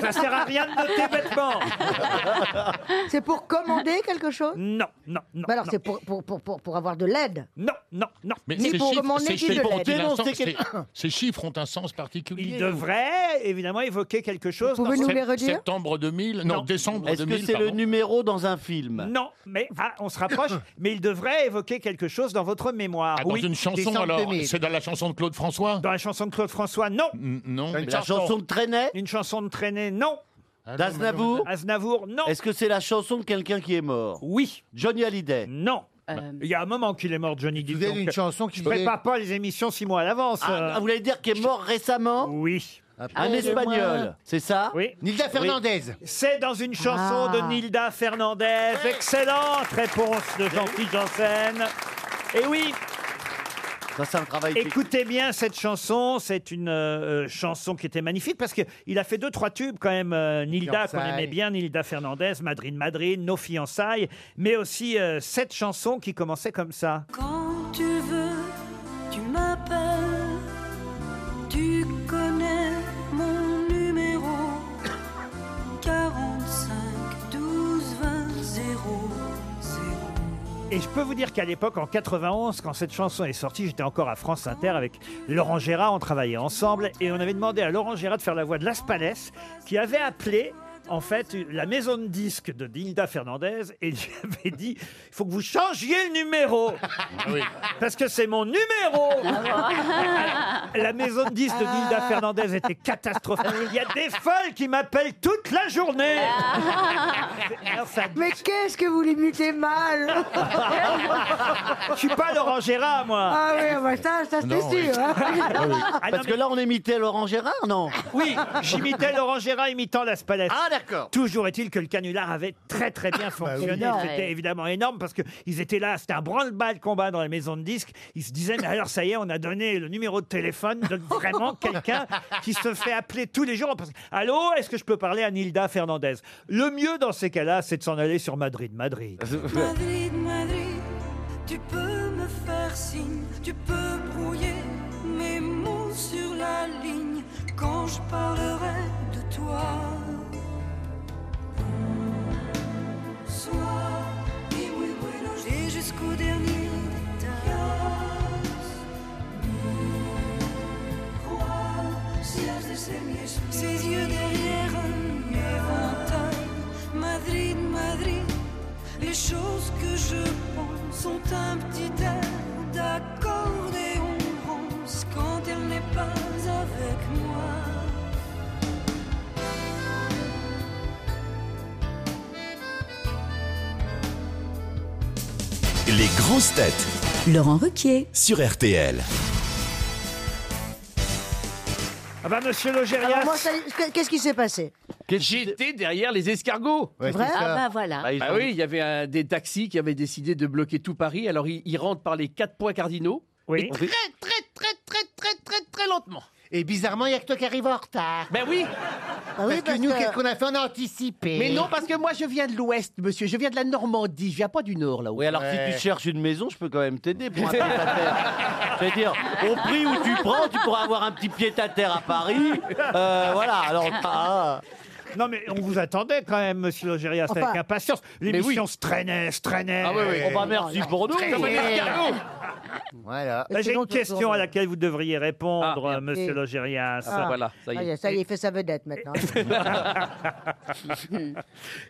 Ça sert à rien de noter bêtement.
C'est pour commander quelque chose
Non, non, non.
Bah alors c'est pour, pour, pour, pour, pour avoir de l'aide
Non, non, non.
Mais
Ni
ces
pour
chiffres-
commander
ces
ni
chiffres-
de
ont
l'aide.
un sens- ces- ces chiffres ont un sens particulier.
Il devrait évidemment évoquer quelque chose.
Vous pouvez
dans-
nous les redire Septembre 2000, non, décembre
Est-ce que
2000,
c'est le
pardon.
numéro dans un film
Non, mais ah, on se rapproche. mais il devrait évoquer quelque chose dans votre mémoire.
Ah, dans
Oui.
une chanson alors C'est dans la chanson de Claude François
Dans la chanson de Claude François, non.
Non. Une Mais la chanson. chanson de
Traînet Une chanson de Traînet, non.
D'Aznavour
Aznavour, non.
Ah Est-ce que c'est la chanson de quelqu'un qui est mort
Oui.
Johnny Hallyday
Non. Bah, Il y a un moment qu'il est mort, Johnny Depp.
avez
donc,
une
euh,
chanson qui
Je
voulait-
prépare pas les émissions six mois à l'avance.
Ah,
euh.
vous voulez dire qu'il est mort récemment
Oui.
Un Espagnol, c'est ça
Oui.
Nilda Fernandez.
C'est dans une chanson
Ah.
de Nilda Fernandez. Excellente réponse de Jean-Philippe Janssen. Et oui.
Ça, c'est un travail.
Écoutez bien cette chanson. C'est une euh, euh, chanson qui était magnifique parce qu'il a fait deux, trois tubes quand même. euh, Nilda, qu'on
Fiançailles.
aimait bien, Nilda Fernandez, Madrid, Madrid, Nos fiançailles. Mais aussi euh, cette chanson qui commençait comme ça.
Quand tu veux, tu m'appelles. Tu connais mon numéro 45 12 20 0 0.
Et je peux vous dire qu'à l'époque, en 91, quand cette chanson est sortie, j'étais encore à France Inter avec Laurent Gérard, on travaillait ensemble, et on avait demandé à Laurent Gérard de faire la voix de Las Palais, qui avait appelé, en fait, la maison de disques de Dilda Fernandez, et lui avait dit, il faut que vous changiez le numéro, parce que c'est mon numéro La maison de disques de Dilda Fernandez était catastrophique. Il y a des folles qui m'appellent toute la journée
Ah.
Alors, ça
Mais qu'est-ce que vous l'imitez mal
Je suis pas Laurent Gérard, moi.
Ah oui, bah ça, ça c'est
Non, oui.
sûr. hein.
Ah
Parce que là, on imitait Laurent Gérard, non
Oui, j'imitais Laurent Gérard imitant Las Palais. Ah d'accord. Toujours est-il que le canular avait très très bien fonctionné.
Ah, bah oui.
C'était
Ouais.
évidemment énorme parce que ils étaient là, c'était un branle-bas de combat dans les maisons de disques. Ils se disaient mais alors ça y est, on a donné le numéro de téléphone de vraiment quelqu'un qui se fait appeler tous les jours. Parce que, Allô, est-ce que je peux parler à Nilda Fernandez Le mieux dans ces cas-là, c'est de s'en aller sur Madrid, Madrid.
Madrid, Madrid, tu peux me faire signe, tu peux brouiller mes mots sur la ligne quand je parlerai de toi. Soir, et oui, buenos et jusqu'au dernier détail. Roi, ciel de ses mièges, ses yeux derrière un éventail. Madrid, Madrid. Les choses que je pense sont un petit air d'accordéon ronce quand elle n'est pas avec moi.
Les grosses têtes. Laurent Ruquier. Sur RTL.
Ah bah monsieur Logérias.
Alors moi, ça y est, qu'est-ce qui s'est passé
J'étais derrière les escargots.
Ouais, Vrai c'est ça. Ah bah voilà.
Bah, ils
Ah
ont-
oui.
oui, il y avait un- des taxis qui avaient décidé de bloquer tout Paris. Alors ils, ils rentrent par les quatre points cardinaux.
Oui.
Très, très, très, très, très, très, très lentement.
Et bizarrement, il n'y a que toi qui arrives en retard.
Ben oui
Bah
Ah Parce
oui,
que
parce
nous,
que-
qu'est-ce qu'on a fait On a anticipé.
Mais non, parce que moi je viens de l'ouest, monsieur. Je viens de la Normandie. Je viens pas du nord là-haut.
Oui, alors
Ouais.
si tu cherches une maison, je peux quand même t'aider pour un pied à terre. Je veux dire, au prix où tu prends, tu pourras avoir un petit pied à terre à Paris. Euh, voilà, alors. ah.
Non mais on vous attendait quand même, Monsieur Logérias,
Enfin,
avec impatience.
mais
L'émission
oui.
se traînait, se traînait.
Ah oui, oui. Oh, bah, merci pour nous.
Comme un escargot.
Voilà.
Là, Bah, J'ai une question à laquelle vous devriez répondre,
Ah,
euh, Monsieur
Oui.
Logérias.
Ah. Ah, ça y est, il fait sa vedette maintenant.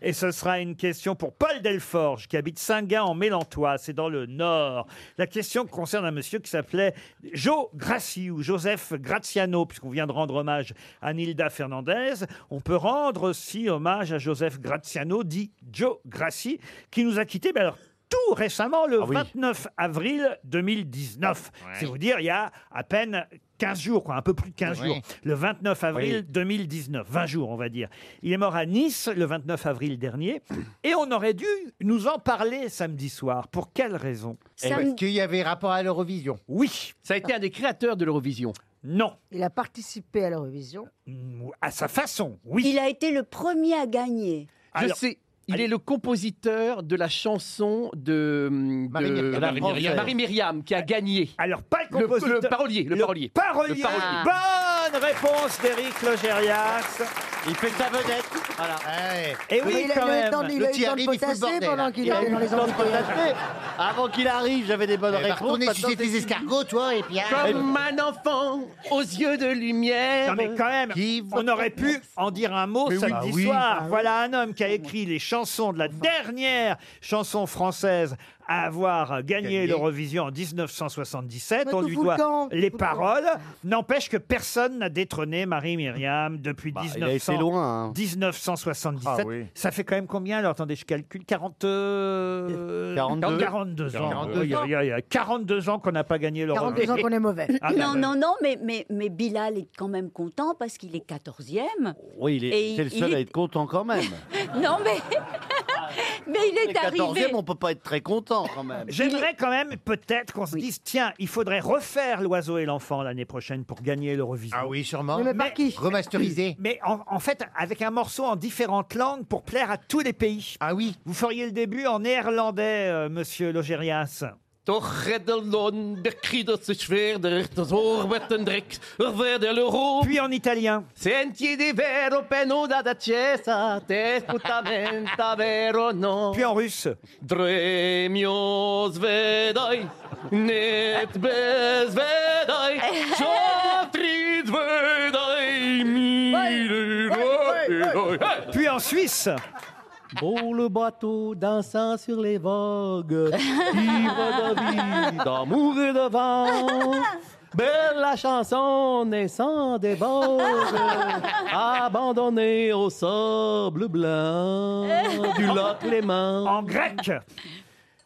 Et ce sera une question pour Paul Delforge, qui habite Saint-Gin en Mélantois, c'est dans le Nord. La question concerne un monsieur qui s'appelait Joe Graci ou Joseph Graziano, puisqu'on vient de rendre hommage à Nilda Fernandez. On peut rendre aussi hommage à Joseph Graziano, dit Joe Graci, qui nous a quittés. Mais alors, tout récemment, le 29 avril 2019. C'est vous dire, il y a à peine 15 jours, quoi, un peu plus de 15
Oui.
jours, le 29 avril
Oui.
2019, 20 jours on va dire. Il est mort à Nice le 29 avril dernier et on aurait dû nous en parler samedi soir. Pour quelle raison
Eh Sam- parce
ben, qu'il y avait rapport à l'Eurovision. Oui. Ça a été un des créateurs de l'Eurovision. Non.
Il a participé à l'Eurovision.
À sa façon, oui.
Il a été le premier à gagner.
Je sais. Il est le compositeur de la chanson de, hum, de-
Marie-
de-
Marie
la
Myriam.
française. Marie Myriam qui a gagné.
Alors pas le
le,
compositeur-
parolier, le, parolier,
parolier. Bah,
Le parolier.
Oh, Bonne réponse d'Éric Logérias. Il fait sa vedette. Voilà. Et Eh oui,
Mais il a
quand
eu le
même.
temps de- il a eu le temps de potasser pendant qu'il était dans les embouteillages.
Avant qu'il arrive, j'avais des bonnes
Elle va
réponses.
retourner
maintenant,
sucer
c'est
tes
fini.
escargots,
toi, et puis...
Comme un enfant aux yeux de lumière.
Non mais quand même, on aurait pu en dire un mot
Mais oui.
samedi
Ah oui.
soir.
Ah oui.
Voilà un homme qui a écrit les chansons de la dernière chanson française à avoir gagné
Gagné.
l'Eurovision en 1977.
Mais
on
tout
lui
fout le
doit
camp,
les
tout fout le
paroles. N'empêche que personne n'a détrôné Marie-Myriam depuis
Bah, il a
1900
été loin, hein.
1977.
Ah oui.
Ça fait quand même combien Alors attendez, je calcule. 40... euh,
42.
42 ans.
42
Oui, il y a- il y a 42 ans qu'on n'a pas gagné l'Eurovision.
42 ans qu'on est mauvais.
Ah, bah,
non,
bah.
non, non, mais, mais, mais Bilal est quand même content parce qu'il est 14e.
Oui, il
Et
est, c'est le
il
seul à
est-
être content quand même.
Non, mais, mais il est arrivé.
14e, on peut pas être très content quand même.
J'aimerais quand même peut-être qu'on se dise tiens, il faudrait refaire l'oiseau et l'enfant l'année prochaine pour gagner l'Eurovision. Ah oui, sûrement.
Mais par
qui Remasterisé. Mais en, en fait, avec un morceau en différentes langues pour plaire à tous les pays. Ah oui. Vous feriez le début en néerlandais, euh, monsieur Logérias.
Toch redden loon, de kriedels is verder, de zorg met een drek, er verder l'euro.
Puis en italien.
Senti di vero penuda d'accesa, te sputamenta vero no. Puis
en russe.
Dremio svedai, net bezvedai, chotri svedai, mille
Puis en Suisse.
Beau le bateau dansant sur les vogues, ivre de vie, d'amour et de vent. Belle la chanson naissant des bords, abandonnée au sable blanc du lac Léman.
En grec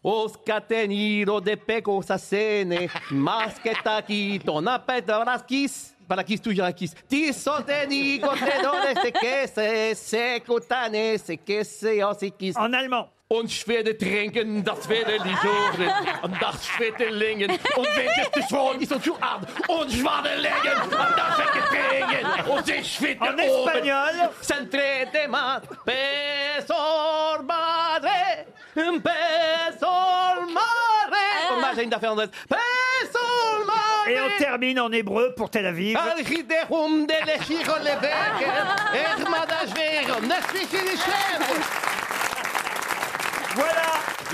Os catenido de peco sasene, masquetaki, tonapet braskis, braskis tu jarakis, ti soteni, cotenone, se kese, se cotane, se kese, osikis.
En allemand.
Ons verder drinken, dat verder die zorgen. En dat verder lingen. Ons weten te schoon, is ons zo aan. Ons vader leggen, en dat verder drinken. Ons is verder
En espagnol.
Centré de ma pesor madre, pesor madre. Pour moi, j'ai une affaire en tête. Pesor madre.
Et on termine en hébreu pour Tel Aviv.
Al riderum de lechiro lebeker, hermada jvero, nesfichi di chèvre.
Voilà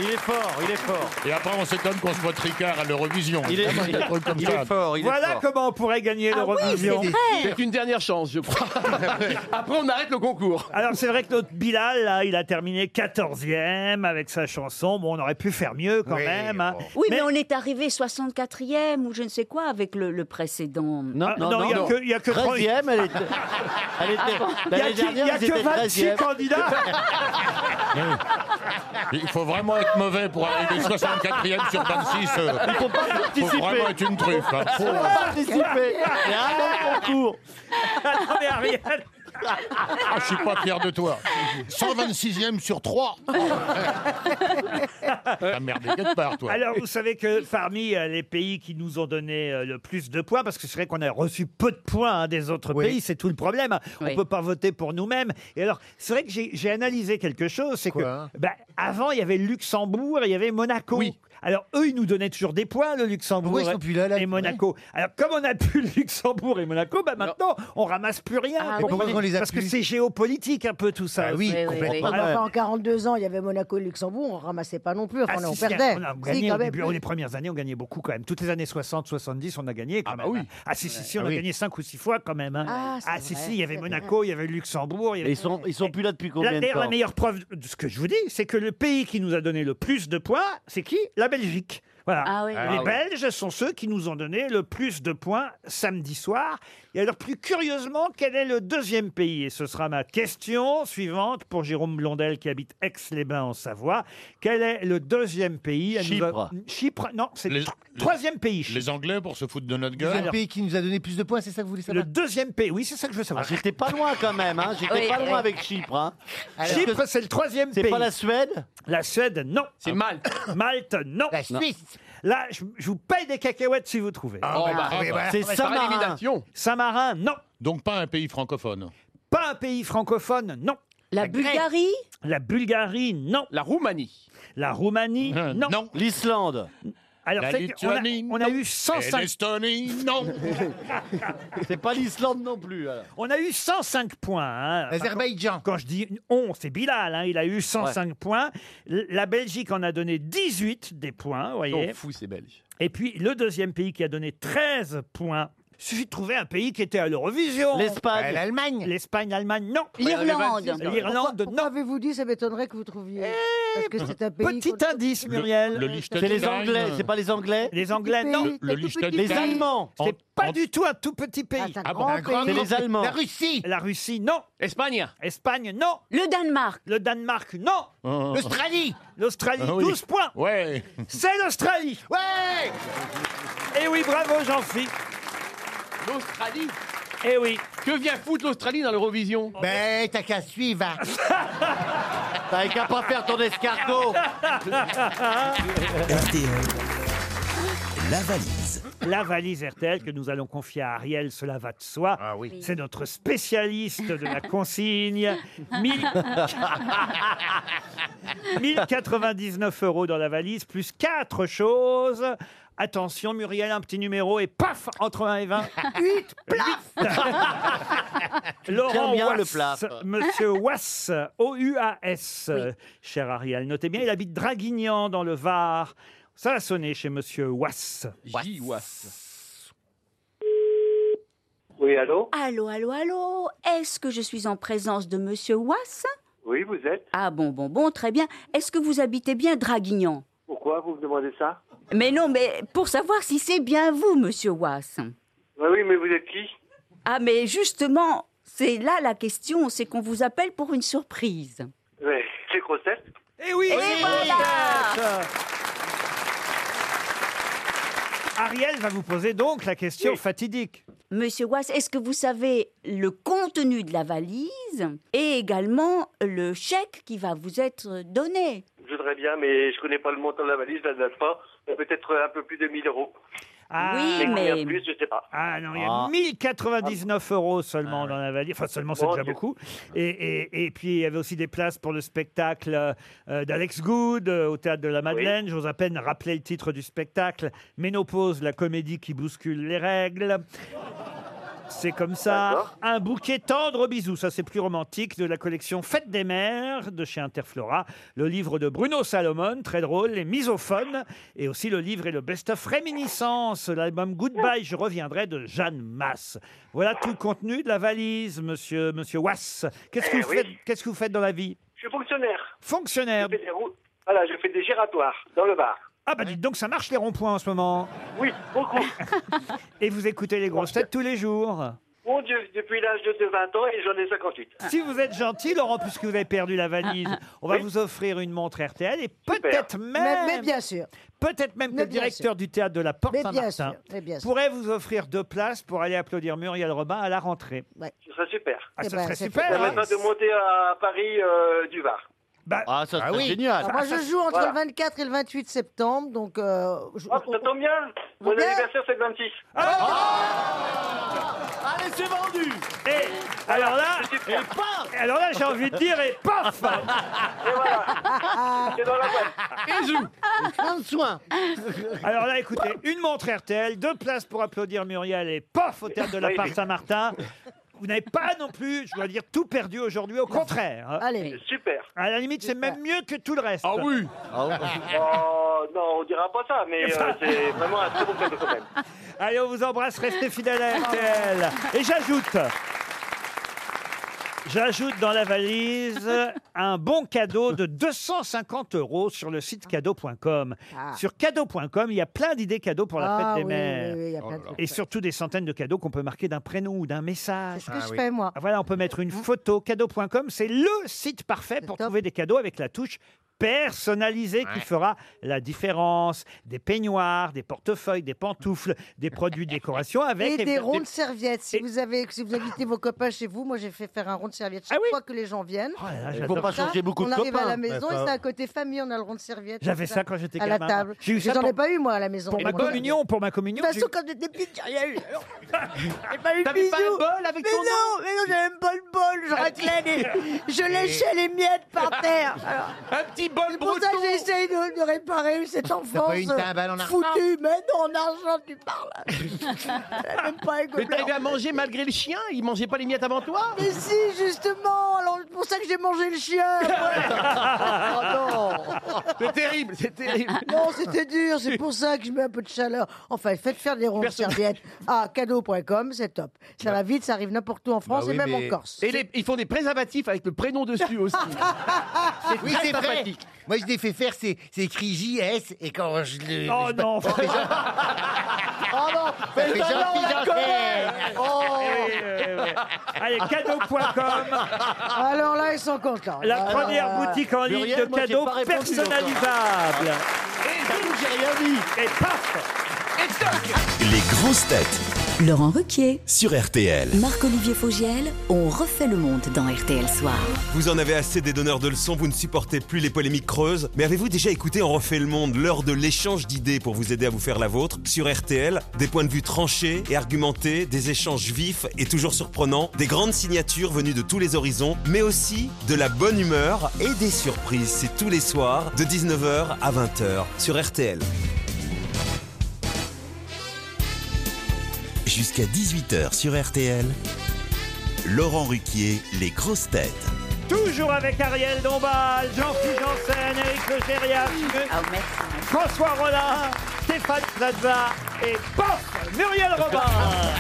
Il est fort, il est fort. Et après, on s'étonne qu'on soit tricard à l'Eurovision.
Il est-
Vraiment, des trucs comme
il
ça.
est fort, il est Voilà fort.
comment on pourrait gagner
Ah
l'Eurovision.
oui, c'est vrai. C'est une dernière chance, je crois. Après, on arrête le concours.
Alors c'est vrai que notre Bilal, là, il a terminé 14e avec sa chanson. Bon, on aurait pu faire mieux quand même. hein.
Oui, mais, on est arrivé 64e ou je ne sais quoi avec le, le précédent.
Ah, non, il y a que- il y a que 13e,
elle était- elle était- l'année dernière, ils étaient 13e.
Il faut vraiment être mauvais pour arriver 64e sur 26. euh,
Il faut pas participer.
faut vraiment être une truffe. hein.
Faut pas participer. Il y a un bon concours.
Attendez, Ariel.
Ah, je suis pas fier de toi. 126e sur 3. T'as merdé quelque part, toi.
Alors, vous savez que parmi euh, les pays qui nous ont donné euh, le plus de points, parce que c'est vrai qu'on a reçu peu de points hein, des autres pays, c'est tout le problème. hein. On
Oui.
peut pas voter pour nous-mêmes. Et alors, c'est vrai que j'ai j'ai analysé quelque chose, c'est
hein
que bah, avant il y avait le Luxembourg, et il y avait Monaco. Alors eux, ils nous donnaient toujours des points, le Luxembourg
Ah Oui, ils sont plus là, là,
et Monaco. Alors comme on a plus le Luxembourg et Monaco, bah maintenant on ramasse plus rien.
Ah,
vous
oui.
comprenez
Pourquoi on les a
parce que
plus
c'est géopolitique un peu tout
Bah
ça.
Ah oui, Oui, oui, complètement. oui.
Enfin,
Alors,
en 42 ans, il y avait Monaco et Luxembourg, on ramassait pas non plus, enfin,
ah,
on
si, si,
perdait.
on a
Si,
gagné
quand
au
même.
début. Les premières années, on gagnait beaucoup quand même. Toutes les années 60, 70, on a gagné quand même. hein. Ah si, si, si, on
Ah
a
oui.
gagné 5 ou 6 fois quand même. hein.
Ah, c'est
si,
vrai,
si, il y avait
c'est
Monaco, il y avait le Luxembourg. il y avait-
Ils sont, ils sont plus là depuis
Là,
combien de
d'ailleurs, la
temps
meilleure preuve de ce que je vous dis, c'est que le pays qui nous a donné le plus de points, c'est qui La Belgique. Voilà.
Ah oui. Ah
les
oui.
Belges sont ceux qui nous ont donné le plus de points samedi soir. Et alors, plus curieusement, quel est le deuxième pays Et ce sera ma question suivante pour Jérôme Blondel qui habite Aix-les-Bains en Savoie. Quel est le deuxième pays à nous
Chypre.
avoir- Chypre, non, c'est le tro- troisième pays.
Les Anglais pour se foutre de notre
C'est
gueule.
le pays qui nous a donné plus de points, c'est ça que vous voulez
Le
savoir
deuxième pays, oui, c'est ça que je veux savoir.
J'étais pas loin quand même, hein. J'étais
Oui,
pas
oui.
loin avec Chypre. hein.
Chypre, c'est le troisième
C'est
pays.
pas la Suède
La Suède, non. C'est Malte. Malte, non. La
Suisse.
Là, je, je vous paye des cacahuètes si vous trouvez.
Ah, Oh, bah, bah, oui, bah, bah, c'est bah, c'est par Saint-Marin. élimination.
Saint-Marin, non.
Donc pas un pays francophone.
Pas un pays francophone, non.
La Bulgarie
La Bulgarie, non. La Roumanie. La Roumanie, non.
Euh, non.
L'Islande. Alors,
La
c'est qu'on a-
Lituanie,
on a, eu
Et
105
l'Estonie, non.
C'est pas l'Islande non plus. alors.
On a eu 105 points. hein.
L'Azerbaïdjan.
Quand je dis on, c'est Bilal. hein, il a eu 105 points. L- La Belgique en a donné 18 des points. vous
Ils
voyez.
sont fous, ces Belges.
Et puis le deuxième pays qui a donné 13 points. Suffit de trouver un pays qui était à l'Eurovision.
L'Espagne. Euh,
L'Allemagne. L'Espagne, l'Allemagne, non.
L'Irlande.
L'Irlande,
Pourquoi, pourquoi avez-vous dit ça m'étonnerait que vous trouviez
Eh
Parce que c'est un pays.
Petit
qu'on-
indice, Muriel.
le Liechtenstein.
C'est les Anglais,
euh,
c'est pas les Anglais
Les Anglais, non.
Le- le Liechtenstein.
Les Allemands.
En-
C'est pas
en-
du tout un tout petit pays.
c'est un
Ah bon,
grand
un grand
pays.
C'est les Allemands.
La Russie,
La Russie, non.
Espagne.
Espagne, non.
Le Danemark.
Le Danemark, non.
Oh.
l'Australie.
L'Australie,
Ah oui.
12 points.
Ouais.
C'est l'Australie.
Ouais
Et oui, bravo, Jean-Philippe.
L'Australie
Et oui.
Que vient foutre l'Australie dans l'Eurovision
Eh,
Ben, t'as qu'à suivre. hein.
T'as qu'à pas faire ton escargot.
RTL. La valise.
La valise RTL que nous allons confier à Ariel, cela va de soi.
Ah oui.
C'est notre spécialiste de la consigne. 1000 1099 euros dans la valise, plus quatre choses. Attention, Muriel, un petit numéro et paf, entre 1 et 20. Huit, plaf Laurent
bien le
Wass,
plaf.
Monsieur Wass, O-U-A-S, euh, cher Ariel, notez bien, il habite Draguignan dans le Var. Ça a sonné chez Monsieur Wass.
Oui, allô
Allô, allô, allô Est-ce que je suis en présence de Monsieur Wass
Oui, vous êtes
Ah bon, bon, bon, très bien. Est-ce que vous habitez bien Draguignan
Pourquoi vous me demandez ça
Mais non, mais pour savoir si c'est bien vous, Monsieur Wass.
Oui, oui, mais vous êtes qui
Ah, mais justement, c'est là la question, c'est qu'on vous appelle pour une surprise.
Ouais, C'est Crosset
Eh oui, c'est voilà Ariel va vous poser donc la question fatidique.
Monsieur Wass, est-ce que vous savez le contenu de la valise et également le chèque qui va vous être donné
Je voudrais bien, mais je connais pas le montant de la valise, je la date pas. Peut-être un peu plus de 1000 euros.
Ah,
Oui,
combien
mais...
plus, je sais pas.
Ah non, il y a
Ah.
1099 euros seulement dans la valise. Enfin, seulement, c'est
Mon
déjà
Dieu.
beaucoup. Et, et- et puis, il y avait aussi des places pour le spectacle euh, d'Alex Good euh, au Théâtre de la Madeleine. J'ose à peine rappeler le titre du spectacle. Ménopause, la comédie qui bouscule les règles. C'est comme ça.
D'accord.
Un bouquet tendre aux bisous, ça c'est plus romantique, de la collection Fête des mères de chez Interflora. Le livre de Bruno Salomon, très drôle, Les misophones. Et aussi le livre et le best-of Réminiscence, l'album Goodbye, je reviendrai de Jeanne Masse. Voilà tout le contenu de la valise, monsieur, monsieur Wass. Qu'est-ce que,
Eh
vous
oui.
faites, qu'est-ce que vous faites dans la vie
Je suis fonctionnaire.
Fonctionnaire.
Je fais des routes. Voilà, je fais des giratoires dans le bar.
Ah bah dites donc, ça marche les ronds-points en ce moment.
Oui, beaucoup.
Et vous écoutez les grosses têtes tous les jours.
Mon Dieu, depuis l'âge de de 20 ans et j'en ai 58.
Ah. Si vous êtes gentil, Laurent, puisque vous avez perdu la valise,
Ah,
on va vous offrir une montre RTL et peut-être
Mais,
même,
mais bien sûr.
peut-être même que
Mais
le
bien
directeur du théâtre de la Porte
Mais bien
Saint-Martin
sûr. Mais Eh bien sûr.
pourrait vous offrir deux places pour aller applaudir Muriel Robin à la rentrée.
Ce serait super.
Ah,
Eh
ça
ben,
serait
c'est
Ça
super. hein
permettra de monter à Paris euh, du Var.
Bah,
Ah, ça,
Ah
c'est
oui.
génial.
Alors, moi, je joue entre
Voilà.
le 24 et le 28 septembre, donc. euh, je-
Oh, ça tombe bien. Mon
Bien.
anniversaire, c'est le 26.
Ah
Ah.
Allez, c'est vendu.
et alors là,
C'est super.
et alors là, j'ai envie de dire et paf
Et voilà. C'est dans la boîte.
Bisous. Prends soin.
Alors là, écoutez, une montre RTL, deux places pour applaudir Muriel et paf au théâtre de la
Oui.
Porte Saint-Martin. Vous n'avez pas non plus, je dois dire, tout perdu aujourd'hui, au contraire. hein.
Allez.
Super.
À la limite, c'est même mieux que tout le reste.
Ah oui.
Oh, non, on dira pas ça, mais euh, c'est vraiment un très bon cadeau quand même.
Allez, on vous embrasse, restez fidèles à RTL. Et j'ajoute J'ajoute dans la valise un bon cadeau de 250 euros sur le site cadeau.com.
Ah.
Sur cadeau.com, il y a plein d'idées cadeaux pour la
Ah
fête des
oui,
mères. Oh
oui, oui, il y a plein de trucs,
Et surtout des centaines de cadeaux qu'on peut marquer d'un prénom ou d'un message.
C'est ce que Ah je oui. fais, moi. Hein
Ah, Voilà, on peut mettre une photo. Cadeau.com, c'est le site parfait pour trouver des cadeaux avec la touche personnalisée qui fera la différence. Des peignoirs, des portefeuilles, des pantoufles, des produits de décoration avec...
Et des
évidemment-
rondes serviettes. Si vous avez, si vous invitez vos copains chez vous, moi j'ai fait faire un rond de serviette chaque fois que les gens viennent.
Ah Oh là,
Comme
j'adore. Faut pas
ça,
changer beaucoup
on
de
arrive à
copains.
la maison
Mais
et
pas-
c'est un côté famille, on a le rond de serviette.
J'avais
comme
ça quand j'étais
À la
gamin.
table.
J'ai eu ça
Mais J'en ai
pour-
pas eu moi à la maison.
Pour ma
Voilà.
communion, pour ma
De
communion...
toute
j'ai-
façon, quand j'étais petite, j'ai rien eu. Alors, J'ai pas eu de
T'avais pas
bisous.
un bol avec
mais
ton
non,
nom
mais non, j'avais même pas le bol.
Ah,
Je raclais les- je léchais les miettes par terre. Alors,
Un petit bol
c'est pour ça que j'ai essayé de, de réparer cette enfance euh,
pas eu une timbale en argent
foutue. Mais non, en argent, tu parles. Elle a même pas un
Mais
gobelet.
t'arrives à manger malgré le chien Il mangeait pas les miettes avant toi
Mais si, justement, alors c'est pour ça que j'ai mangé le chien.
Oh non C'est terrible, c'est terrible
Non, c'était dur, c'est pour ça que je mets un peu de chaleur. Enfin, faites faire des Ah, ronds de serviettes à cadeau.com, c'est top. Ça va vite, ça arrive n'importe où en France
Bah oui,
et même
mais-
en Corse.
Et les- ils font des préservatifs avec le prénom dessus aussi. c'est
Oui,
très
c'est vrai.
sympathique.
Moi, je l'ai fait faire, c'est c'est écrit JS, et quand je le.
Oh
je-
non.
ça fait genre-
Oh non,
Ça fait Jean-Pierre Janssen.
Allez, cadeau.com,
Alors là, ils sont contents.
la
Alors,
première
euh,
boutique en ligne
Muriel,
de
moi, j'ai
cadeaux
pas répondu
personnalisables.
j'ai rien vu.
Et paf
Et toc
Les grosses têtes
Laurent Ruquier,
sur RTL.
Marc-Olivier Fogiel, on refait le monde dans RTL Soir.
Vous en avez assez des donneurs de leçons, vous ne supportez plus les polémiques creuses. Mais avez-vous déjà écouté On refait le monde, l'heure de l'échange d'idées pour vous aider à vous faire la vôtre Sur RTL, des points de vue tranchés et argumentés, des échanges vifs et toujours surprenants, des grandes signatures venues de tous les horizons, mais aussi de la bonne humeur et des surprises. C'est tous les soirs de 19h à 20h sur RTL.
Jusqu'à 18h sur RTL. Laurent Ruquier, les grosses têtes.
Toujours avec Ariel Dombal, Jean-Philippe Janssen, Eric Logérias,
Ah,
François Rollin, Stéphane Plaza et pof, Muriel Robin.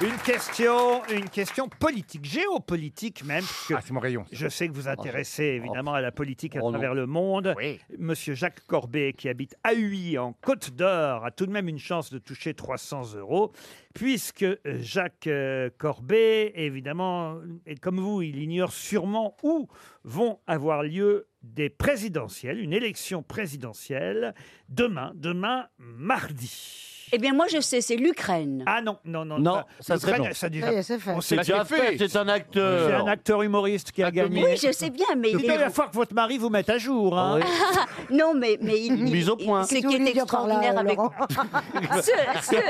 Une question, une question politique, géopolitique même. ah, c'est mon rayon. Oh, Je sais que vous intéressez évidemment à la politique à travers le monde. Monsieur Jacques Corbet, qui habite à Huy, en Côte d'Or, a tout de même une chance de toucher 300 euros, puisque euh, Jacques euh, Corbet, évidemment, et comme vous, il ignore sûrement où vont avoir lieu des présidentielles, une élection présidentielle, demain, demain, mardi.
Eh bien, moi, je sais, c'est l'Ukraine.
Ah non, non, non.
Non,
ça serait non. Ça, déjà- Ça y est, c'est fait. on
C'est
sait déjà fait.
fait.
C'est un acteur. Ah, C'est un acteur humoriste qui a gagné.
Oui, je sais bien, mais...
C'est
il- Ah,
pas la fois que votre mari vous mette à jour. hein.
non, mais, mais il, il-
Mise au point.
c'est
Qu'est-ce que
qui
vous
est
voulez dire par là,
extraordinaire avec...
Laurent
Ce-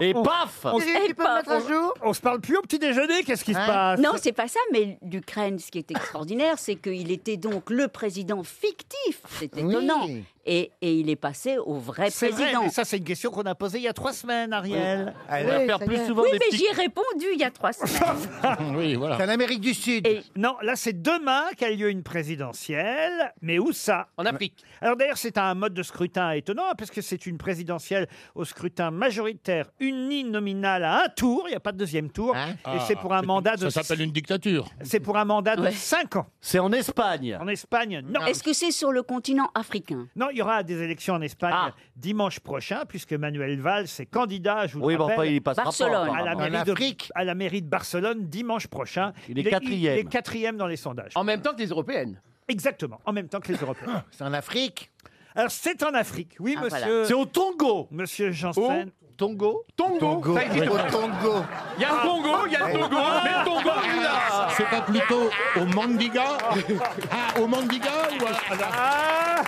Et
paf
On se- Et paf, on-
on, se parle plus au petit déjeuner, qu'est-ce qui se
Hein
passe
Non, c'est pas ça, mais l'Ukraine, ce qui est extraordinaire, c'est qu'il était donc le président fictif. C'est étonnant. Et, et il est passé au vrai
C'est vrai,
président.
mais ça, c'est une question qu'on a posée il y a trois semaines, Ariel.
Oui, ça y est. Oui, mais j'y ai répondu il y a trois semaines.
oui, voilà.
C'est en
Amérique du Sud. Non, là, c'est demain qu'a lieu une présidentielle. Mais où ça
En Afrique.
Alors d'ailleurs, c'est un mode de scrutin étonnant, hein, parce que c'est une présidentielle au scrutin majoritaire uninominal à un tour. Il n'y a pas de deuxième tour.
Ah,
Et c'est
Ah,
pour un mandat de...
Ça s'appelle une dictature.
C'est pour un mandat de
Ouais.
5 ans.
C'est en Espagne.
En Espagne, non.
Est-ce que c'est sur le continent africain Ah.
Non, il y aura des élections en Espagne dimanche prochain, puisque Manuel Valls est candidat, je vous le
Oui, mais enfin,
rappelle,
il passera pas, Barcelone.
à, la
apparemment.
mairie
En
de, à la mairie de Barcelone dimanche prochain.
Il est quatrième.
Il est quatrième dans les sondages.
En même temps que les Européennes.
Exactement, en même temps que les Européens.
C'est en Afrique
Alors, c'est en Afrique, oui,
Ah,
monsieur.
voilà. C'est au
Tongo. Monsieur Janssen.
Tongo Tongo,
Tongo.
ça existe.
Au
Tongo.
Il y a le Tongo, il y a le Tongo, mais le Tongo, il a-
Ah. C'est pas plutôt au Mandiga Ah, au Mandiga ou à...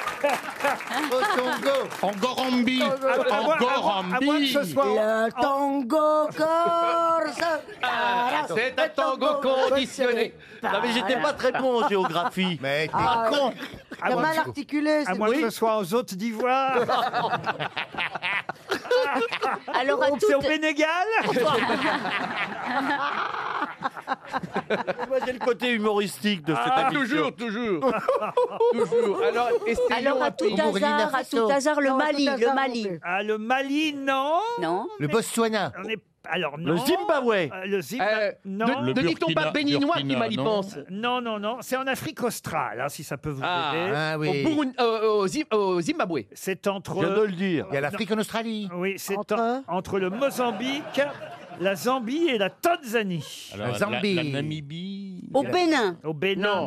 Au Tongo
En Gorambie En Gorambie
Le tango corse.
Ah, C'est un tango conditionné. Non, mais j'étais pas très bon en géographie.
Mais
Ah,
con.
Il a mal articulé.
À moins que ce soit aux hôtes d'Ivoire.
Alors, à
C'est au
toutes-
Sénégal
Moi, j'ai le côté humoristique de cette
Ah,
émission.
toujours, toujours. toujours.
Alors, essayons
Alors, à tout
Tongo.
hasard, à tout hasard, le
Non, à tout
Mali,
hasard,
le Mali.
Ah, le Mali, non
Non.
Le Botswana.
On n'est Alors non.
Le Zimbabwe.
Euh, Le Zimbabwe.
Euh, ne- Le ne dit-on Burkina- pas béninois qui Burkina, mal y non pense
Non, non, non. C'est en Afrique australe, hein, si ça peut vous
Ah,
aider.
ah oui. Au Burun-
Zimbabwe. C'est entre.
Je viens de le dire. Il y a l'Afrique
en Australie. Oui, c'est en- entre, le Mozambique, la Zambie et la Tanzanie.
Alors, La Zambie. la- la Namibie.
Au Bénin. Au Bénin.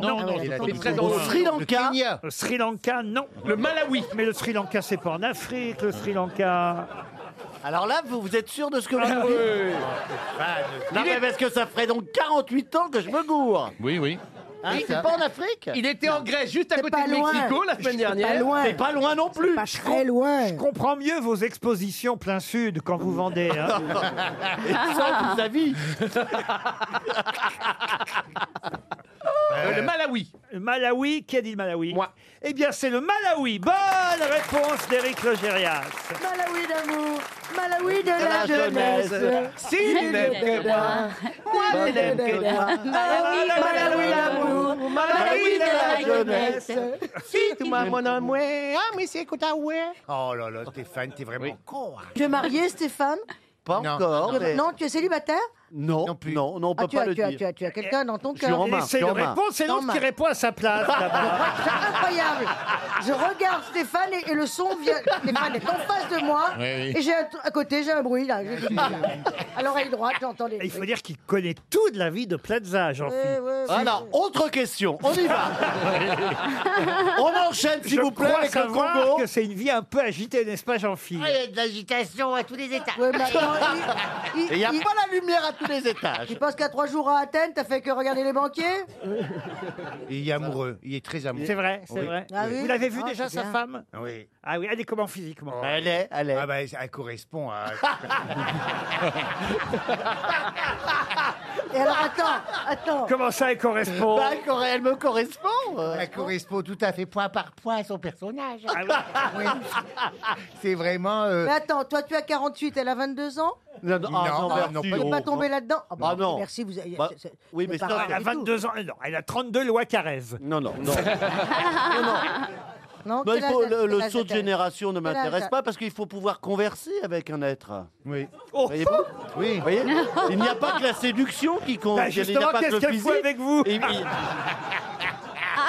Non, non, non, c'est pas du tout. Au Sri
Lanka. Au Sri Lanka, non. Le Malawi. Mais le Sri Lanka, c'est pas en Afrique, le Sri Lanka.
Alors là, vous, vous êtes sûr de ce que vous
Ah
dites
oui.
Ah,
Non, mais parce que ça ferait donc 48 ans que je me gourre.
Oui, oui.
Hein,
Il-
c'est pas en Afrique
Il était en Grèce, juste à
C'est
côté
pas
de
loin.
Mexico, la semaine
C'est
dernière.
pas loin.
C'est pas loin non plus.
Pas très loin. Je comprends mieux vos expositions plein sud quand vous vendez. hein.
Et ça, vous avis.
Euh, le Malawi. Le Malawi, qui a dit le Malawi Moi. Eh bien, c'est le Malawi. Bonne réponse d'Éric Logérias.
Malawi d'amour, Malawi de la,
jeunesse.
jeunesse.
Si,
Il
mais
est de moi, moi je l'aime que toi.
Malawi, Malawi d'amour, Malawi de la jeunesse. Si tu m'as mon amour, ah mais c'est quoi ta ouais.
Oh là là, Stéphane, t'es vraiment con.
Tu es marié, Stéphane
Pas Non. encore,
Tu es-
mais-
Non, tu es célibataire
Non, non plus. Non,
Ah, tu as, tu as- tu as- tu as quelqu'un dans ton
Je
cœur.
suis Romain,
Et c'est
je
le
suis Romain.
réponse, c'est l'autre
Romain.
qui répond à sa place. là-bas.
C'est incroyable. Je regarde Stéphane et, et le son vient. Stéphane est en face de moi.
Oui, oui.
Et j'ai un- à côté, j'ai un bruit là. J'ai des bruits, là. À l'oreille droite, j'entends des.
Il faut dire qu'il connaît tout de la vie de Plaza, jean
Ouais, ouais, ouais.
Alors, autre question, on y va. on enchaîne, s'il
Je
vous plaît,
crois
avec le
savoir
Congo.
que c'est une vie un peu agitée, n'est-ce pas, Jean-Philippe
Ah, il y a de l'agitation à tous les états.
il-
Et il n'y a
il-
pas la lumière à tous les étages.
Tu penses qu'à trois jours à Athènes, t'as fait que regarder les banquiers
Et il est amoureux, il est très amoureux.
C'est vrai, c'est vrai.
Ah oui.
Vous l'avez vu
Ah,
déjà,
c'est
sa
bien.
femme
Oui.
Ah oui, elle est comment physiquement
Elle est, elle est. Ah bah, elle correspond à.
Et alors, attends, attends.
Comment ça, elle correspond
Bah, elle corre- elle me correspond. euh.
Elle correspond tout à fait point par point à son personnage.
Ah
oui.
C'est vraiment. euh,
Mais attends, toi, tu as 48, elle a 22 ans
Non, non, ah, non,
On
non,
n'est
non,
pas
non.
tombé là-dedans Ah bah,
Ah non.
Merci, vous avez...
Bah,
c'est- c'est-
oui,
c'est
mais
pas
ça,
grave
Elle a
du tout.
22 ans. Non, elle a 32 lois Carrez.
Non, non, non.
Non,
Non, il
quel âge
faut-
elle-
le, le
quel âge
saut de
elle a
génération ne
Quel âge
m'intéresse
elle-
pas parce qu'il faut pouvoir converser avec un être. Oh.
Oui.
Voyez-vous
Oh.
oui. Vous voyez il n'y a pas que la séduction qui compte.
Bah,
il n'y a
justement,
pas
qu'est-ce
le
qu'elle fout
physique.
avec vous
Et- et-
Alors,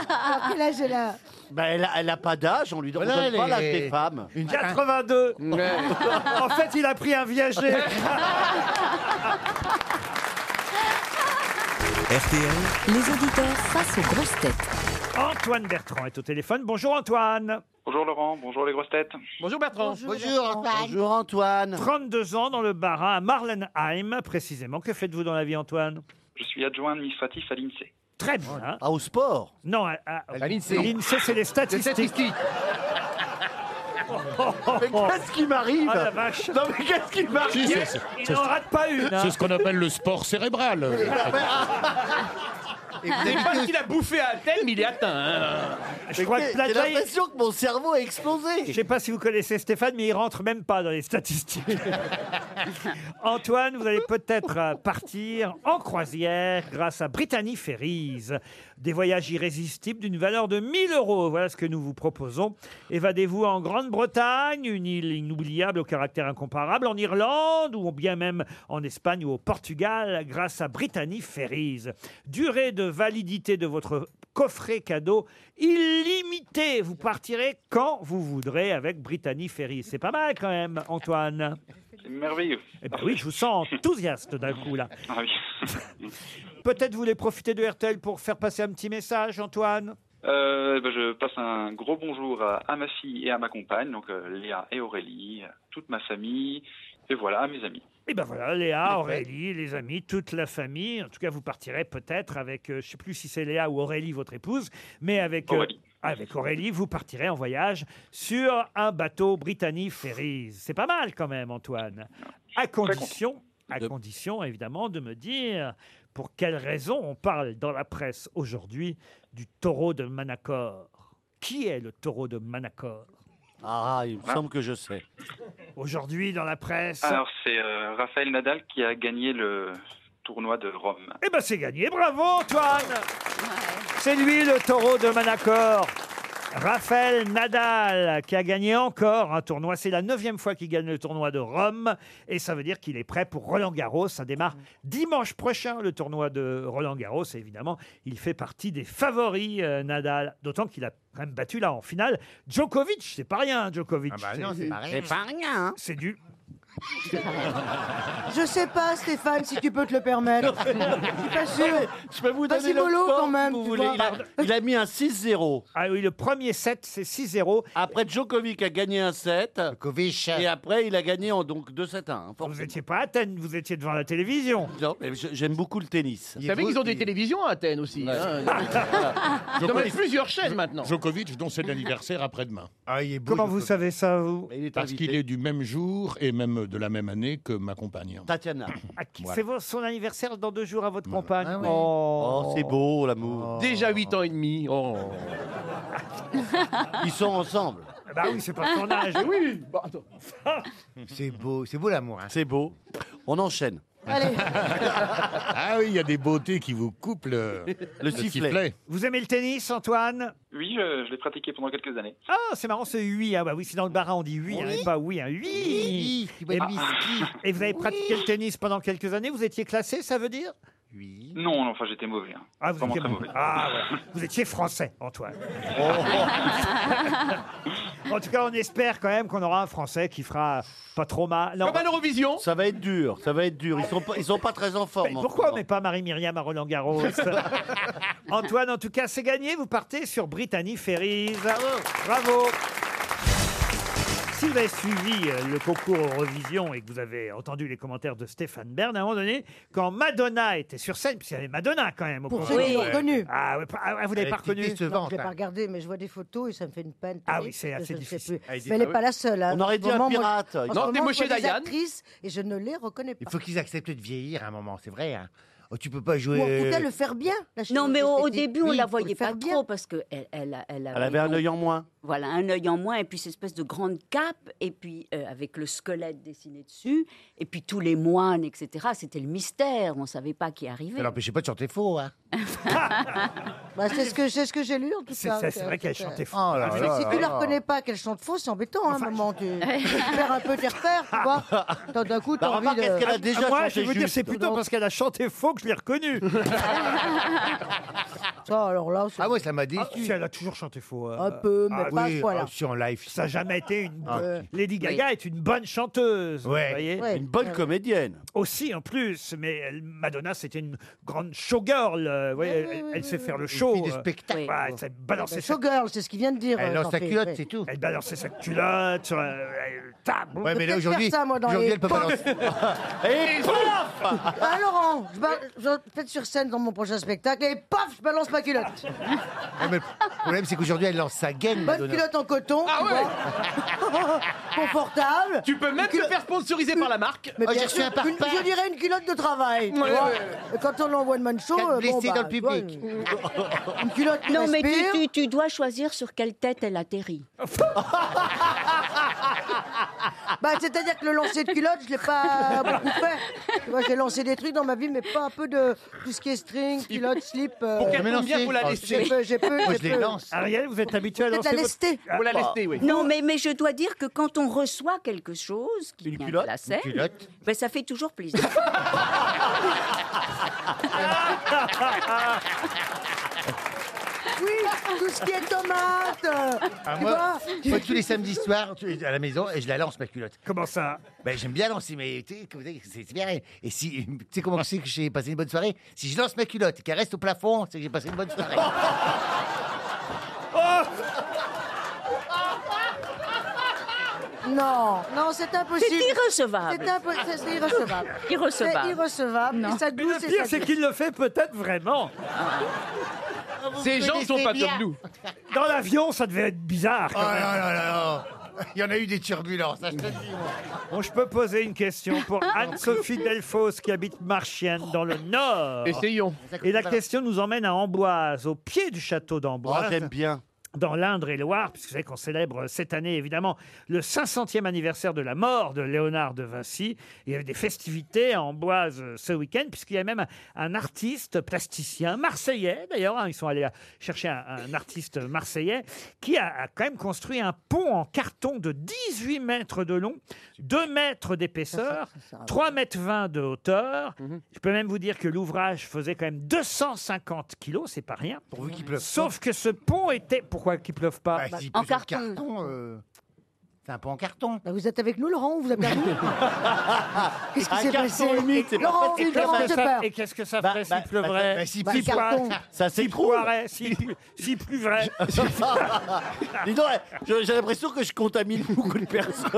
Ah, quel âge elle a
bah, elle n'a pas d'âge, on lui donne, on
Voilà,
donne
elle
pas
est-
l'âge des femmes.
82 En fait, il a pris un viager.
RTL,
Les auditeurs face aux grosses têtes.
Antoine Bertrand est au téléphone. Bonjour Antoine.
Bonjour Laurent, bonjour les grosses têtes.
Bonjour Bertrand. Bonjour,
Antoine. Bonjour Antoine.
32 ans dans le Barin, à Marlenheim précisément. Que faites-vous dans la vie Antoine
Je suis adjoint administratif à l'INSEE.
Très bien.
Ah, au sport
Non, à, à-
l'INSEE.
L'INSEE, c'est les statistiques.
statistiques.
Mais
qu'est-ce qui m'arrive
Ah la vache
Non mais qu'est-ce qui m'arrive
Si, c'est- c'est-
Il
c'est-
n'en rate pas une. hein.
C'est ce qu'on appelle le sport cérébral. Ah,
C'est pas ce qu'il a bouffé à Athènes, mais il est atteint. hein.
Je crois que
J'ai
Plaza, il-
l'impression que mon cerveau a
Je
explosé.
sais pas si vous connaissez Stéphane, mais il rentre même pas dans les statistiques. Antoine, vous allez peut-être euh, partir en croisière grâce à Brittany Ferries. Des voyages irrésistibles d'une valeur de 1000 euros. Voilà ce que nous vous proposons. Évadez-vous en Grande-Bretagne, une île inoubliable au caractère incomparable, en Irlande ou bien même en Espagne ou au Portugal grâce à Brittany Ferries. Durée de validité de votre coffret cadeau illimité. Vous partirez quand vous voudrez avec Brittany Ferries. C'est pas mal quand même, Antoine.
C'est merveilleux.
Eh ben oui, je vous sens enthousiaste d'un coup là.
Ah oui.
Peut-être vous voulez profiter de RTL pour faire passer un petit message, Antoine.
Euh, ben, je passe un gros bonjour à, à ma fille et à ma compagne, donc euh, Léa et Aurélie, euh, toute ma famille, et voilà, à mes amis.
Et ben voilà, Léa, Aurélie, les amis, toute la famille. En tout cas, vous partirez peut-être avec, euh, je sais plus si c'est Léa ou Aurélie, votre épouse, mais avec euh,
Aurélie.
avec Aurélie, vous partirez en voyage sur un bateau Brittany Ferries. C'est pas mal quand même, Antoine. À condition, à condition évidemment de me dire pour quelle raison on parle dans la presse aujourd'hui du taureau de Manacor. Qui est le taureau de Manacor
Ah, il me semble que je sais.
Aujourd'hui dans la presse.
Alors, c'est euh, Raphaël Nadal qui a gagné le tournoi de Rome.
Eh ben c'est gagné, bravo Antoine C'est lui le taureau de Manacor Raphaël Nadal, qui a gagné encore un tournoi. C'est la neuvième fois qu'il gagne le tournoi de Rome. Et ça veut dire qu'il est prêt pour Roland Garros. Ça démarre dimanche prochain, le tournoi de Roland Garros. Et évidemment, il fait partie des favoris, euh, Nadal. D'autant qu'il a quand même battu là en finale. Djokovic, c'est pas rien, hein, Djokovic.
Ah bah non, c'est pas rien. C'est pas
rien, hein.
C'est du.
Je sais pas, Stéphane, si tu peux te le permettre. Je suis pas sûr.
Je peux vous
Pas
donner
si
le
mollo,
score,
quand
si
même,
vous
tu
voulez.
vois.
Il a, il a mis un 6-0.
Ah oui, le premier set, c'est 6-0.
Après, Djokovic a gagné un 7. Et après, il a gagné en donc 2-7-1. vous
n'étiez pas à Athènes, vous étiez devant la télévision.
hein, Non, mais je- j'aime beaucoup le tennis.
Vous savez qu'ils ont des télévisions à Athènes aussi. hein. Ils en mettent plusieurs chaînes maintenant.
Djokovic, dont c'est l'anniversaire après-demain.
Comment vous savez ça, vous
Parce qu'il est du même jour et même de la même année que ma compagne.
Tatiana.
C'est vo- son anniversaire dans deux jours à votre compagne.
Oh, c'est beau l'amour.
Oh.
Déjà 8 ans et demi. Oh.
Ils sont ensemble.
Bah oui, c'est pas son âge.
Oui.
C'est beau, c'est beau l'amour.
C'est beau. On enchaîne.
Ah oui, il y a des beautés qui vous coupent le, le
Vous aimez le tennis, Antoine
Oui, je, je l'ai pratiqué pendant quelques années.
Ah, c'est marrant, c'est oui. Ah bah oui, c'est dans le barat, on dit oui, hein, et pas oui, hein, oui.
Oui, tu vois,
Et-
oui,
Et vous avez pratiqué le tennis pendant quelques années, vous étiez classé, ça veut dire
Non, enfin, j'étais mauvais. hein.
Ah, vous
Vraiment
étiez
très mauvais.
Ah, ouais. Oh. Vous étiez français, Antoine. En tout cas, on espère quand même qu'on aura un français qui fera pas trop mal. Non, bah,
Comme à l'Eurovision.
Ça va être dur, ça va être dur. Ils sont pas, ils sont pas très en forme. en
Pourquoi
ce
on
moment.
met pas Marie-Myriam à Roland-Garros Antoine, en tout cas, c'est gagné. Vous partez sur Brittany Ferries. Bravo. Si vous avez suivi euh, le concours Eurovision et que vous avez entendu les commentaires de Stéphane Bern, à un moment donné, quand Madonna était sur scène, puisqu'il y avait Madonna quand même au
Pour
concours.
ceux qui l'ont connue.
Ah, ouais, pas- ah, vous l'avez pas reconnue
Non,
hein.
je l'ai pas regardé, mais je vois des photos et ça me fait une peine.
hein. Ah
terrible,
oui, c'est
parce
assez
que je sais
difficile.
plus.
Ah, il dit
Mais elle n'est
pas
pas
oui.
la seule. hein.
On aurait
En
dit
ce
un
moment, moi,
pirate.
en ce
Non,
moment,
t'es
je
Moshe
vois des
Dayan.
actrices et je ne les reconnais
Il
pas.
faut qu'ils acceptent de vieillir à un moment, c'est vrai. Hein. Oh, tu peux pas jouer. euh,
Ou en tout cas, le faire bien. la
Non,
chirurgie
mais au, au
esthétique.
début, on
Oui,
la
faut le
voyait
faire
pas trop parce que elle, elle, a- elle
Elle avait un œil en moins.
Voilà, un œil en moins et puis cette espèce de grande cape et puis euh, avec le squelette dessiné dessus et puis tous les moines, etc. C'était le mystère, on savait pas qui arrivait.
Ça l'empêchait pas de chanter faux. Hein.
Bah, c'est ce que c'est ce que j'ai lu en tout
C'est-
cas.
c'est- c'est vrai qu'elle
c'est-
chantait faux.
Ah,
Oh là
mais
là
si
là
tu ne
là.
la reconnais pas qu'elle chante faux, c'est embêtant. hein, À un moment, tu tu perds un peu tes repères, tu vois. T'as- D'un coup,
Ah
t'as
Bah,
envie
remarque,
de. Ah,
est-ce qu'elle a déjà
Moi, je
chanté
vais vous dire,
juste
c'est plutôt parce qu'elle a chanté faux que je l'ai reconnue.
Ça, alors là,
Ah ouais, ça m'a déçu.
Ah, si, elle a toujours chanté faux. euh,
Un peu, mais
ah,
pas à ce
oui,
point-là.
hein. Ah, si, en live.
Ça n'a jamais été une.
Ah.
Euh, Lady Gaga est une bonne chanteuse.
Ouais.
vous voyez
Ouais.
Une bonne comédienne.
Aussi, en plus, mais elle- Madonna, c'était une grande showgirl. euh, vous voyez, elle elle sait faire le show.
fille de
euh,
spectacle.
voilà, elle sait balancer
Bah,
sa-
Showgirl, c'est ce qu'il vient de dire.
Elle
euh,
lance
tant
sa
pis,
culotte,
ouais.
c'est tout.
hein, Elle balançait sa culotte. euh, elle- tam.
Ouais, mais là
peut-être
aujourd'hui,
faire ça, moi, dans
aujourd'hui,
les
elle peut
pop.
balancer.
Et paf
Ah Laurent, je, ba- je vais peut-être sur scène dans mon prochain spectacle et paf, je balance ma culotte.
Ouais, mais le problème, c'est qu'aujourd'hui, elle lance sa gaine.
Bonne
Madonna.
culotte en coton, tu vois. confortable.
Ah Tu peux même te faire sponsoriser par la marque.
Mais
Oh,
bien
j'ai reçu
sûr,
un parpaing.
une- je dirais une culotte de travail. tu
Ouais,
vois.
ouais.
Et Quand on l'envoie de man show,
Quatre
euh, bon,
blessés
bah,
dans le
tu vois,
public.
une- une culotte qui
Non, mais tu,
respire.
tu- tu dois choisir sur quelle tête elle atterrit.
Bah, c'est-à-dire que le lancer de culotte, je l'ai pas beaucoup fait. Tu vois, j'ai lancé des trucs dans ma vie, mais pas un peu de tout ce qui est string, culotte, slip. euh,
Pour qu'elle
mais
tombe bien,
lancez.
vous la
Oh,
J'ai
laissez.
peu, j'ai peu,
Moi,
j'ai
je les
peu.
lance.
Ariel, vous êtes habitué à
Peut-être
lancer
la
votre... Ah.
lester.
Vous la laissez, oui.
Non, mais, mais je dois dire que quand on reçoit quelque chose qui
Une
vient
culotte,
de la
une
scène,
Culotte.
ben, ça fait toujours plaisir.
Oui, tout ce qui est tomate.
Ah,
tu
moi,
vois
moi, tous les samedis soirs, tu- à la maison, et je la lance, ma culotte.
Comment ça
Ben, j'aime bien lancer, mais tu sais, comme ça, c'est c'est bien. Et si, tu sais comment c'est que j'ai passé une bonne soirée Si je lance ma culotte et qu'elle reste au plafond, c'est que j'ai passé une bonne soirée.
Oh
Non, non, c'est
C'est
impossible.
irrecevable.
C'est impo- c'est- c'est irrecevable.
Irrecevable.
C'est irrecevable. Et ça
Mais le
douce et
pire,
ça
c'est
douce.
qu'il le fait peut-être vraiment.
Ces gens sont pas comme nous.
Dans l'avion, ça devait être bizarre.
Oh
quand même.
là là là là Il y en a eu des turbulences, hein, je te le dis,
Ah.
moi.
Bon, je peux poser une question pour Anne-Sophie Delfos qui habite Marchienne dans le Nord.
Essayons.
Et la question nous emmène à Amboise, au pied du château
Oh,
d'Amboise.
j'aime bien.
dans l'Indre-et-Loire, puisque vous savez qu'on célèbre euh, cette année, évidemment, le 500e anniversaire de la mort de Léonard de Vinci. Il y avait des festivités à Amboise euh, ce week-end, puisqu'il y a même un, un artiste plasticien marseillais, d'ailleurs, hein, ils sont allés euh, chercher un, un artiste marseillais, qui a, a quand même construit un pont en carton de 18 mètres de long, 2 mètres d'épaisseur, 3 mètres 20 de hauteur. Je peux même vous dire que l'ouvrage faisait quand même 250 kilos, c'est pas rien. Pourvu qu'il pleuve. Sauf que ce pont était. Pourquoi qu'il pleuve pas
En carton. euh, C'est un peu en carton.
Bah, vous êtes avec nous, Laurent ou Vous êtes perdu Qu'est-ce qui
Un
s'est
carton
passé
humide, c'est pas
Laurent,
facile.
Laurent,
Et qu'est-ce que
j'ai peur.
Et qu'est-ce que
ça-
ça
Bah,
ferait
bah,
s'il pleuvrait
bah, si
Bah,
plus-
carton.
ça
S'il
s'écroule.
ploirait, s'il plu- s'il pleuvrait.
Dis donc,
eh,
je- j'ai l'impression que je contamine beaucoup de personnes.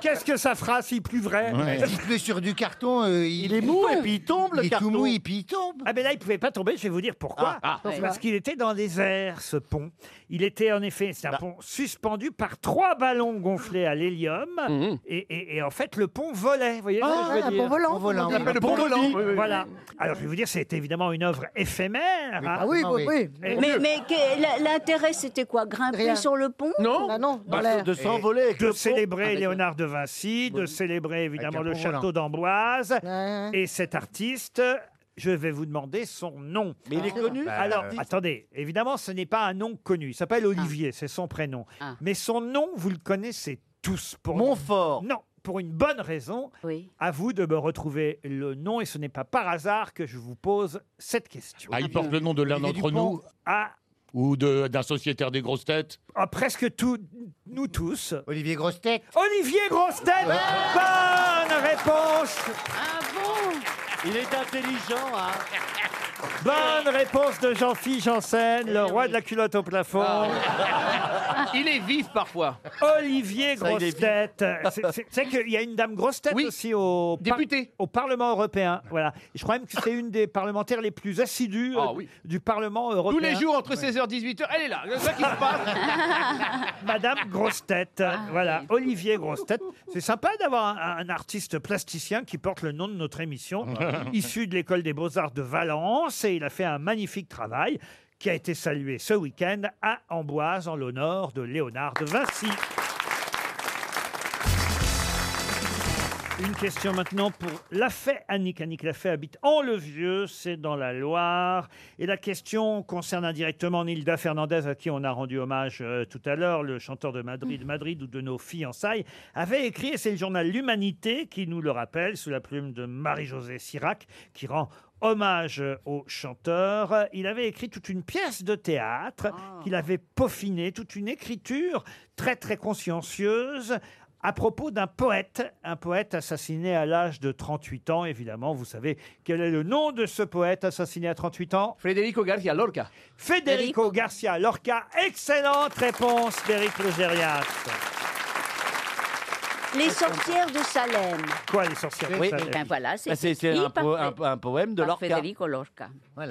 Qu'est-ce que ça fera s'il pluvrait
Ouais.
Il pleut sur du carton. euh, il...
est mou et puis il tombe le
Il est
carton.
tout mou et puis il tombe.
Ah, mais là, il pouvait pas tomber, je vais vous dire pourquoi.
Ah, ah.
Parce qu'il était dans les airs, ce pont. Il était en effet,
Bah.
c'est un pont suspendu par trois ballons gonflés à l'hélium.
Mmh.
et, et- et en fait, le pont volait. Vous voyez ce
Ah,
que je veux
un
dire
pont volant, Pont volant. on dit.
Un
Le pont volant, oui, oui, oui.
Voilà. Alors, je vais vous dire, c'était évidemment une œuvre éphémère. hein.
Ah oui, oui, oui.
Et-
Mais, mais que- la- l'intérêt, c'était quoi Grimper
Rien.
sur le pont
Non. Bah non, dans l'air.
Et de célébrer Léonard de Vinci, de célébrer évidemment
un
le
pont volant.
château d'Amboise.
Ouais.
Et cet artiste, je vais vous demander son nom. Ah,
Mais il est
Ah.
connu, cet
Alors,
artiste
attendez, évidemment, ce n'est pas un nom connu. Il
Ah.
s'appelle Olivier, c'est son prénom. Mais son nom, vous le connaissez tous. Pour
Montfort.
Non, pour une bonne raison. À vous de me retrouver le nom, et ce n'est pas par hasard que je vous pose cette question.
Ah, il porte le nom de l'un d'entre nous
Ah,
Ou de- d'un sociétaire des grosses têtes
ah, presque tout, nous tous.
Olivier Grosse Tête.
Olivier Grosse Tête Bonne réponse
Ah bon Il est intelligent, hein
Bonne réponse de Jean-Philippe
Eh
Janssen, le roi de la culotte au plafond.
Ah, Il est vif parfois.
Olivier
Ça, il est
Grosse
vif.
Tête. C'est- c'est- C'est qu'il y a une dame Grosse Tête aussi au, par- au Parlement européen. Voilà. Je crois même que c'est une des parlementaires les plus assidues euh, du Parlement européen.
Ah Tous les jours entre 16h et 18h, elle est là. C'est ça qui se passe.
Madame Grosse Tête, voilà, Olivier Grosse Tête. C'est sympa d'avoir un, un artiste plasticien qui porte le nom de notre émission, issu de l'école des beaux-arts de Valence, et il a fait un magnifique travail qui a été salué ce week-end à Amboise en l'honneur de Léonard de Vinci. Une question maintenant pour Lafay Annick. Annick Lafay habite Anlevieux, c'est dans la Loire. Et la question concerne indirectement Nilda Fernandez, à qui on a rendu hommage euh, tout à l'heure, le chanteur de Madrid, Madrid ou de nos fiançailles, avait écrit, et c'est le journal L'Humanité qui nous le rappelle, sous la plume de Marie-Josée Sirac, qui rend hommage euh, au chanteur. Il avait écrit toute une pièce de théâtre qu'il avait peaufinée, toute une écriture très très consciencieuse à propos d'un poète, un poète assassiné à l'âge de 38 ans, évidemment, vous savez quel est le nom de ce poète assassiné à 38 ans
Federico Garcia Lorca.
Federico Garcia Lorca, excellente réponse d'Éric Logérias.
Les sorcières de Salem.
Quoi, les sorcières
Oui, eh ben voilà, c'est
Bah, c'est- c'est
écrit
un, po-
par-
un- un poème de
par
Lorca.
Federico Lorca.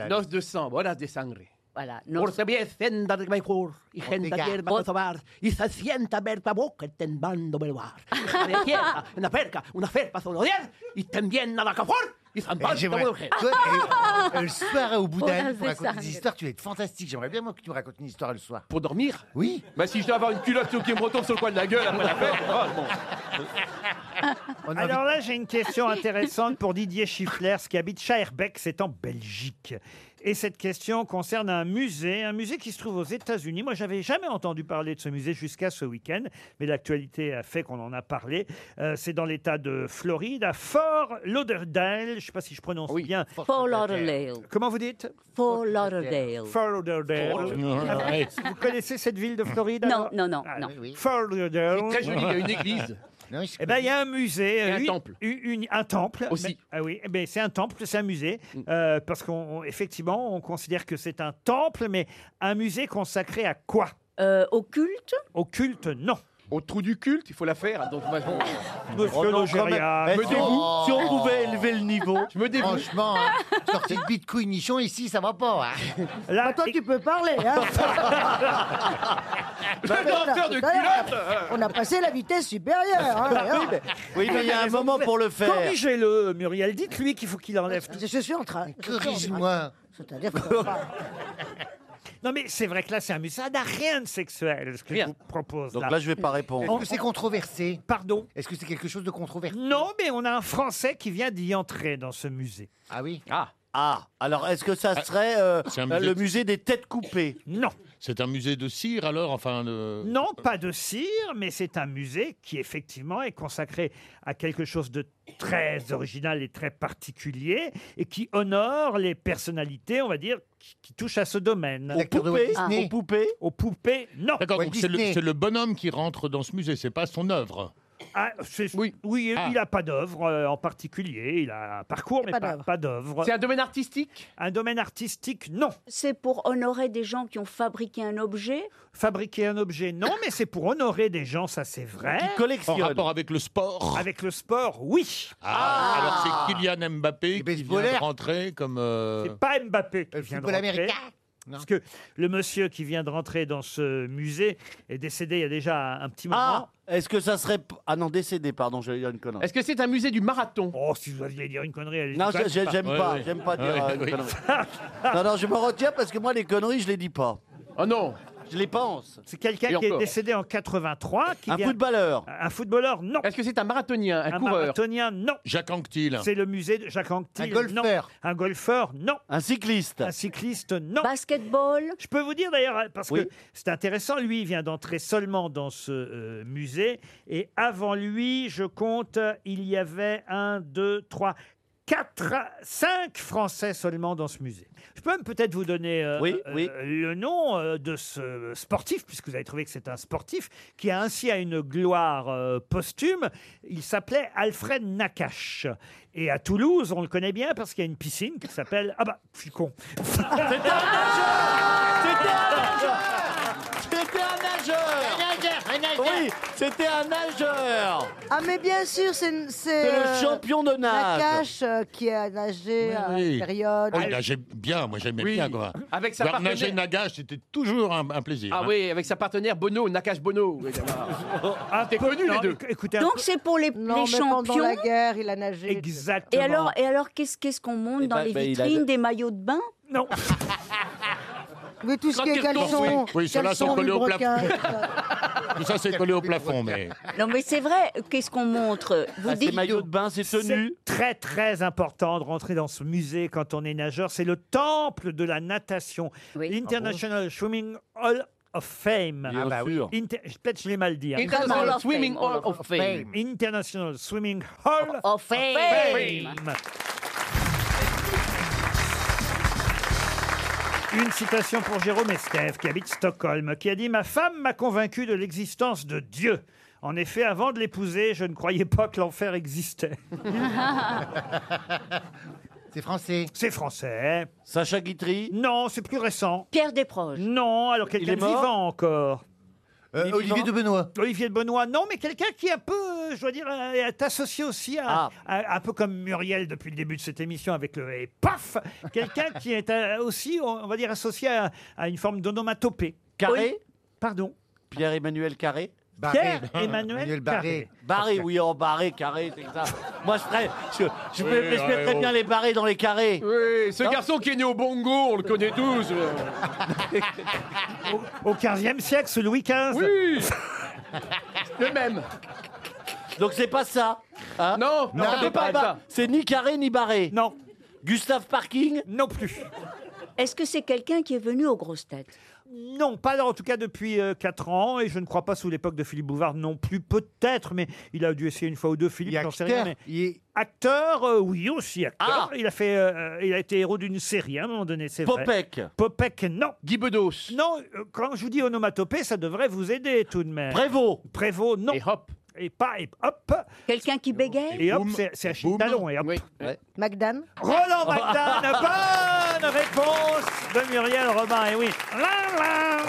Nos de sang, horas de sangre.
Voilà. nos-
Por se viesen dar mejor y gente
Ortega.
hierba consobar y se sienta ver pa boca tembando belvar. Una hierba, una perca, una ferpa solo diez y también a la cafor y zambar.
Eh, j'aimerais- Toi, eh, euh, le soir au bout
Ah,
d'un lit pour raconter des histoires, tu vas être fantastique. J'aimerais bien moi que tu me racontes une histoire le soir.
Pour dormir
Oui.
Bah si je dois avoir une culotte qui me retombe sur le coin de la gueule après la fête, oh, bon.
Alors là, j'ai une question intéressante pour Didier Schifflers qui habite Schaerbeek, c'est en Belgique. Et cette question concerne un musée, un musée qui se trouve aux États-Unis. Moi, j'avais jamais entendu parler de ce musée jusqu'à ce week-end, mais l'actualité a fait qu'on en a parlé. Euh, c'est dans l'État de Floride, à Fort Lauderdale. Je ne sais pas si je prononce bien.
Fort Lauderdale.
Comment vous dites
Fort Lauderdale.
Fort Lauderdale.
Fort Lauderdale.
Vous connaissez cette ville de Floride
Non,
alors
non, non,
Ah,
non.
Fort Lauderdale.
C'est très joli, il y a une église.
Eh ben, il y a un musée,
Et un
une-
temple.
une- une- un temple
Aussi.
Mais- ah oui, eh ben, c'est un temple, c'est un musée,
Mm.
euh, parce qu'on on- effectivement, on considère que c'est un temple, mais un musée consacré à quoi
Euh, Au culte
Au culte, non. Oh,
Au trou du culte, il faut la faire. Donc, moi,
Monsieur
oh
Logérias.
Me dévoue.
Oh.
Si on pouvait élever le niveau, je me dévoue.
Franchement, hein, sortie de bitcoin nichon ici, ça va pas. Hein.
Là,
Toi, tu peux parler, hein
Le danseur de culotte
Bah, On a passé la vitesse supérieure, hein, regarde.
Oui, Ah mais il y a un moment pour le faire.
Corrigez-le, Muriel. Dites-lui qu'il faut qu'il enlève.
Je, je suis en train. je suis en train-
Corrige-moi.
C'est-à-dire que-
Non, mais c'est vrai que là, c'est un musée. Ça n'a rien de sexuel, ce que je vous propose.
Donc là, je vais pas répondre.
On-
Est-ce que c'est controversé
Pardon
Est-ce que c'est quelque chose de controversé
Non, mais on a un Français qui vient d'y entrer dans ce musée.
Ah oui
Ah. Ah, alors est-ce que ça serait euh, le musée des têtes coupées
Non.
C'est un musée de cire alors, enfin. de-
Non, pas de cire, mais c'est un musée qui, effectivement, est consacré à quelque chose de très original et très particulier et qui honore les personnalités, on va dire, qui, qui touchent à ce domaine. Ah.
Aux poupées Aux
poupées
Aux poupées, non.
D'accord, donc c'est le, c'est le bonhomme qui rentre dans ce musée, c'est pas son œuvre.
Ah, c'est- oui, Ah. il n'a pas d'œuvre euh, en particulier. Il a un parcours, mais
Pas
pas
d'œuvre.
pas d'œuvre.
C'est un
domaine artistique Un domaine artistique, non.
C'est pour honorer des gens qui ont fabriqué un objet.
Fabriquer un objet, non, mais c'est pour honorer des gens, ça c'est vrai.
Qui collectionnent. En rapport avec le sport
Avec le sport, oui.
Ah, Alors c'est Kylian Mbappé qui vient de
baseballeur.
rentrer comme. euh,
C'est pas Mbappé qui vient de
football
rentrer.
américain.
Parce que le monsieur qui vient de rentrer dans ce musée est décédé il y a déjà un petit moment.
Ah, est-ce que ça serait... p- Ah non, décédé, pardon, j'allais dire une connerie.
que c'est un musée du marathon Oh, si vous aviez dire une connerie, allez-y,
Non,
quand même
j'ai- j'aime
Ouais,
pas,
ouais.
j'aime pas dire
Ouais,
euh, une
oui.
connerie. non, non, je me retiens parce que moi, les conneries, je les dis pas.
Ah
Oh non Je les pense.
C'est quelqu'un qui est décédé en 83. Qui
Un footballeur.
Un footballeur, non. Est-ce que c'est un marathonien, un,
coureur
marathonien, non.
Jacques Anquetil.
C'est le musée de Jacques Anquetil.
Un golfeur.
Non. Un golfeur, non.
Un cycliste.
Un cycliste, non. Basketball. Je peux vous dire d'ailleurs, parce
Oui.
que c'est intéressant, lui, il vient d'entrer seulement dans ce euh, musée. Et avant lui, je compte, euh, il y avait un, deux, trois. quatre, cinq Français seulement dans ce musée. Je peux même peut-être vous donner euh,
Oui,
euh,
oui.
le nom euh, de ce sportif, puisque vous avez trouvé que c'est un sportif, qui a ainsi à une gloire euh, posthume. Il s'appelait Alfred Nakache. Et à Toulouse, on le connaît bien parce qu'il y a une piscine qui s'appelle... Ah bah, je suis con.
C'était un nageur C'était un nageur Un nageur, un nageur Oui, c'était un nageur
Ah, mais bien sûr, c'est.
C'est
C'est
le champion de nage.
Nakache euh, qui a nagé à
Oui.
une période.
Oh, il nageait bien, moi j'aimais
Oui.
bien quoi.
Avec sa
Voir nager
partenaire.
Nagash, c'était toujours un, un plaisir.
Ah
hein.
oui, avec sa partenaire Bono, Nakash Bono. Ah, T'es connu les deux.
Donc c'est pour les,
Non,
les
mais
champions.
pendant la guerre, il a nagé.
Et
Exactement.
alors, et alors qu'est-ce qu'est-ce qu'on monte
Eh
dans
ben,
les
ben, il a-
vitrines Des maillots de bain
Non.
Mais tout ce
Quand
qui est
il tombe,
caleçon.
oui. Oui, ceux-là sont
caleçon,
collés au
lubrequin,
plafond.
tout ça.
Tout ça c'est collé au plafond, mais.
Non, mais c'est vrai. Qu'est-ce qu'on montre
Ah,
Vous dites
bain, c'est
tenu.
très très important de rentrer dans ce musée quand on est nageur. C'est le temple de la natation. L'International Swimming Hall of Fame.
Bien Ah bah oui. sûr.
Inter- Peut-être je l'ai mal dit. hein.
International Hall of Swimming Fame. Hall of Fame.
International Swimming Hall
of Fame.
Fame. Une citation pour Jérôme Estève, qui habite Stockholm, qui a dit Ma femme m'a convaincu de l'existence de Dieu. En effet, avant de l'épouser, je ne croyais pas que l'enfer existait.
C'est français.
C'est français.
Sacha Guitry
Non, c'est plus récent.
Pierre Desproges.
Non, alors quelqu'un
est
de
mort
vivant encore.
Euh, Il est Olivier vivant de Benoît.
Olivier de Benoît, non, mais quelqu'un qui est un peu, euh, je dois dire, euh, est associé aussi à,
Ah.
à- un peu comme Muriel depuis le début de cette émission avec le et paf, quelqu'un qui est euh, aussi, on on va dire, associé à, à une forme d'onomatopée.
Carré
Pardon
Pierre-Emmanuel Carré
Pierre-Emmanuel Ah, Emmanuel Barré.
Barré. oui, en barré, carré, c'est ça. Moi, je ferais, je, je
Oui,
me- je
ouais,
mettrais
ouais.
bien les barrés dans les carrés.
Oui, ce
Non
garçon qui est né au Bongo, on le connaît tous. oh.
Au 15e siècle, sous Louis XV.
Oui Le même.
Donc, c'est pas ça. hein
Non,
non,
ça
c'est
peut pas
pas,
être ça.
ça. C'est ni carré ni barré.
Non.
Gustave Parking
Non plus.
Est-ce que c'est quelqu'un qui est venu aux grosses têtes
Non, pas en tout cas depuis 4 ans, et je ne crois pas sous l'époque de Philippe Bouvard non plus, peut-être, mais il a dû essayer une fois ou deux, Philippe, j'en sais rien.
acteur,
mais- Acteur, euh, oui aussi, acteur.
Ah.
il, a fait, euh, euh, il a été héros d'une série hein, à un moment donné, c'est vrai.
Popek.
Popek, non. Guy Bedos. Non, euh, quand je vous dis onomatopée, ça devrait vous aider tout de même.
Prévost.
Prévost, non. Et hop. Et pas, et hop.
Quelqu'un qui bégaye
Et, hop, c'est- c'est un talon, et hop.
Magdan
Roland Magdan, bonne réponse de Muriel Robin, et oui. La, la.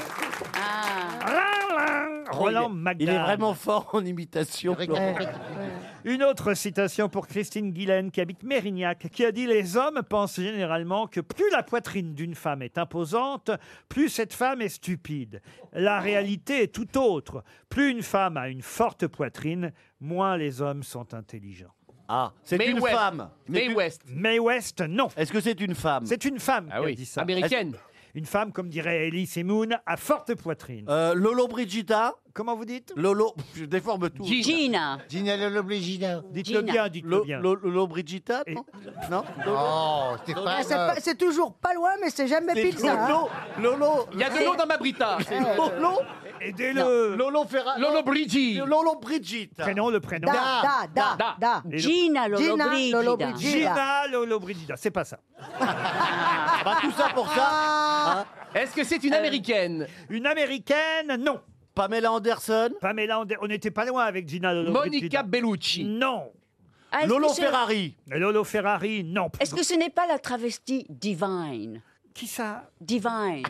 Ah.
La, la. Roland Magdan.
Il est vraiment fort en imitation. Florent.
Une autre citation pour Christine Guilaine, qui habite Mérignac, qui a dit Les hommes pensent généralement que plus la poitrine d'une femme est imposante, plus cette femme est stupide. La réalité est tout autre. Plus une femme a une forte poitrine, moins les hommes sont intelligents.
Ah, c'est
Mae
une
West.
femme.
Mae
West.
Mae West, Ah non.
Est-ce que c'est une femme
C'est une femme qui a dit ça.
Américaine.
Est-ce- Une femme, comme dirait Ellie Semoun, à forte poitrine.
Euh, Lolo Brigida.
Comment vous dites
Lolo, je déforme tout.
Gina.
Gina Lolo Brigida.
Dites-le bien, dites-le bien.
Lolo Brigida, non Non Oh,
Ah, c'est pas- C'est toujours pas loin, mais c'est jamais
C'est
pile ça. hein.
Lolo, Lolo.
Il y a de l'eau dans ma Brita.
Ah,
Eh, euh,
Lolo.
Aidez-le.
Lolo Ferra.
Lolo Brigitte.
Lolo Brigitte.
Prénom, le prénom.
Da, da, da, da.
Ah, Et le-
Gina
Gina
Lollobrigida.
Gina Lollobrigida, c'est pas ça.
Bah, tout ça pour ça.
Ah. Est-ce que c'est une américaine
Une américaine, non.
Pamela Anderson.
Pamela Anderson, on n'était pas loin avec Gina Lollobrigida.
Monica Bellucci.
Non.
Ah, est-ce que c'est-
Lolo Ferrari, non.
Est-ce que ce n'est pas la travestie Divine
Qui ça
Divine.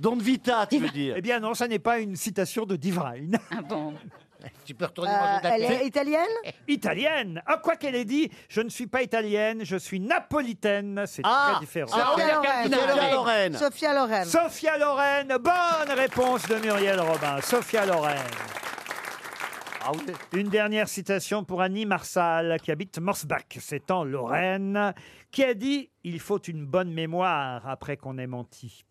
Don Vita, tu veux dire.
Eh bien non, ça n'est pas une citation de Divine.
Ah bon
Tu peux retourner
Euh,
manger ta
elle est
pizza.
italienne
Italienne. Ah, quoi qu'elle ait dit, je ne suis pas italienne, je suis napolitaine. C'est
Ah,
très différent.
ah, Sophia
Sophia Loren.
Sophia Loren.
Sophia Loren.
Sophia Loren, bonne réponse de Muriel Robin. Sophia Loren.
Ah oui.
Une dernière citation pour Annie Marsal, qui habite Morsbach, c'est en Lorraine, qui a dit Il faut une bonne mémoire après qu'on ait menti.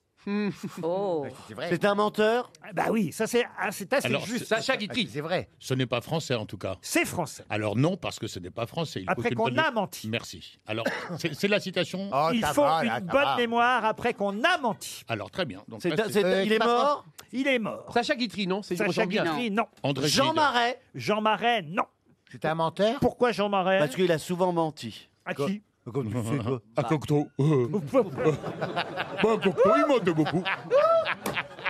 Oh.
Hmm. C'est un menteur
Ah Bah oui, ça c'est ah, c'est assez
Alors,
juste.
c'est- Sacha
Ah, C'est vrai.
Ce n'est pas français en tout cas.
C'est français.
Alors non, parce que ce n'est pas français. Il faut
Après
qu'une
qu'on
bonne-
a menti.
Merci. Alors, c'est c'est la citation
Oh,
Il
ça
faut
va, là,
une
ça
bonne
va.
mémoire après qu'on a menti.
Alors très bien. Donc,
C'est-
là, c'est-
c'est-
Euh,
il est
pas-
mort
Il est mort.
Sacha Guitry, non C'est
Sacha
Jean Guitry.
Guitry, non.
André
Jean
Gide.
Marais
Jean Marais, non.
C'était un menteur
Pourquoi Jean Marais
Parce qu'il a souvent menti.
À qui Ah,
Comme tu sais, quoi.
Ah,
À Cocteau. Euh, bah, Cocteau, il mentait beaucoup.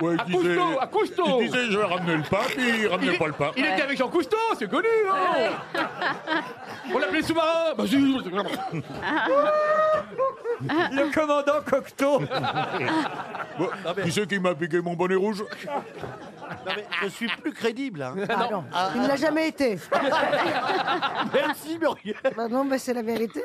Ouais, il disait,
Cousteau, à Cousteau.
Il disait, je vais ramener le pain, puis il ramenait pas le pain.
Il était avec Jean Cousteau, c'est connu. hein. On l'appelait sous-marin. Bah, zut.
Le commandant Cocteau.
Bon, Qui c'est qui m'a piqué mon bonnet rouge
Non, mais je suis plus crédible. hein.
Ah non, il ne l'a jamais été.
Merci, Muriel.
Bah non, mais c'est la vérité.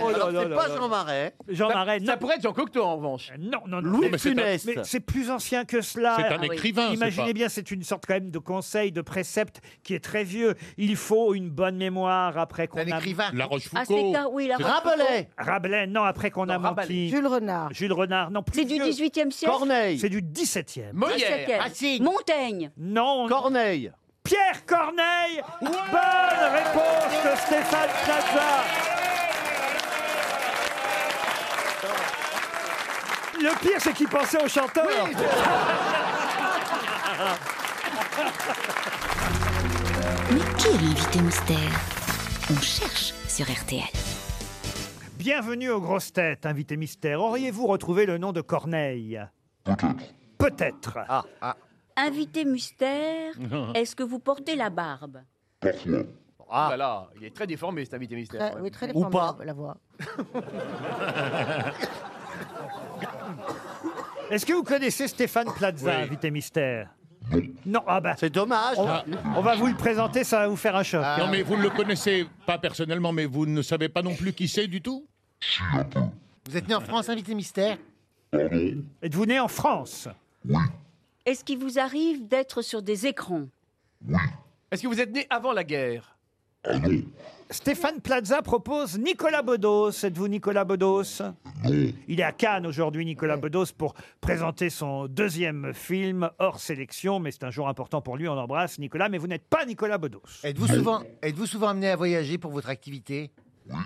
Oh là
Alors,
là
c'est
là
pas
là.
Jean Marais.
Jean Marais,
Ça
non. Euh,
pourrait être Jean Cocteau, en revanche.
Non, non, non.
Louis
mais
de
c'est un-
Funès.
Mais c'est plus ancien que cela.
C'est un
oui.
écrivain. c'est
Ah Imaginez
pas-
bien, c'est une sorte quand même de conseil, de précepte qui est très vieux. Il faut une bonne mémoire après qu'on
C'est un
a
écrivain.
La
Ah, c'est
Rochefoucauld.
ça, oui, la
Rabelais.
Rabelais, non, après qu'on a
Rabelais.
menti. Jules,
Jules Renard.
Renard, non plus.
C'est du
vieux.
18e siècle
Corneille.
C'est du 17e.
Molière.
Racine. Montaigne.
Non, on-
Corneille.
Pierre Corneille. Bonne réponse de Stéphane Plaza. Le pire, c'est qu'il pensait au chanteur.
Mais qui est l'invité mystère On cherche sur RTL.
Bienvenue aux grosses têtes, invité mystère. Auriez-vous retrouvé le nom de Corneille Peut-être.
Ah, ah,
Invité mystère, est-ce que vous portez la barbe
Ah.
ah.
là là, il est très déformé, cet invité mystère.
Très-
quand même.
oui, très
Ou
déformé,
pas.
La voix.
Est-ce que vous connaissez Stéphane Plaza, invité mystère Non, ah bah,
C'est dommage.
on, on va vous le présenter, ça va vous faire un choc.
Ah.
Non, mais vous ne le connaissez pas personnellement, mais vous ne savez pas non plus qui c'est du tout
Vous êtes né en France, invité mystère
Êtes-vous né en France
Est-ce qu'il vous arrive d'être sur des écrans
Est-ce que vous êtes né avant la guerre
Stéphane Plaza propose Nicolas Bedos. Êtes-vous Nicolas Bedos Il est à Cannes aujourd'hui, Nicolas Bedos, pour présenter son deuxième film hors sélection. Mais c'est un jour important pour lui, on l'embrasse, Nicolas. Mais vous n'êtes pas Nicolas Bedos.
Êtes-vous souvent, êtes souvent amené à voyager pour votre activité
Oui.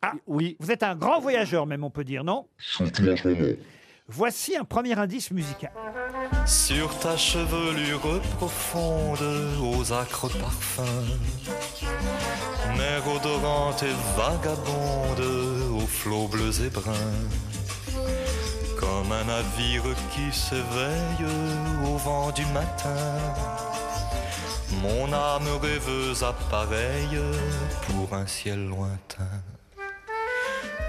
Ah, Vous êtes un grand voyageur, même, on peut dire, non Voici un premier indice musical.
Sur ta chevelure profonde, aux acres parfums, mer odorante et vagabonde, aux flots bleus et bruns, comme un navire qui s'éveille au vent du matin. Mon âme rêveuse appareille pour un ciel lointain.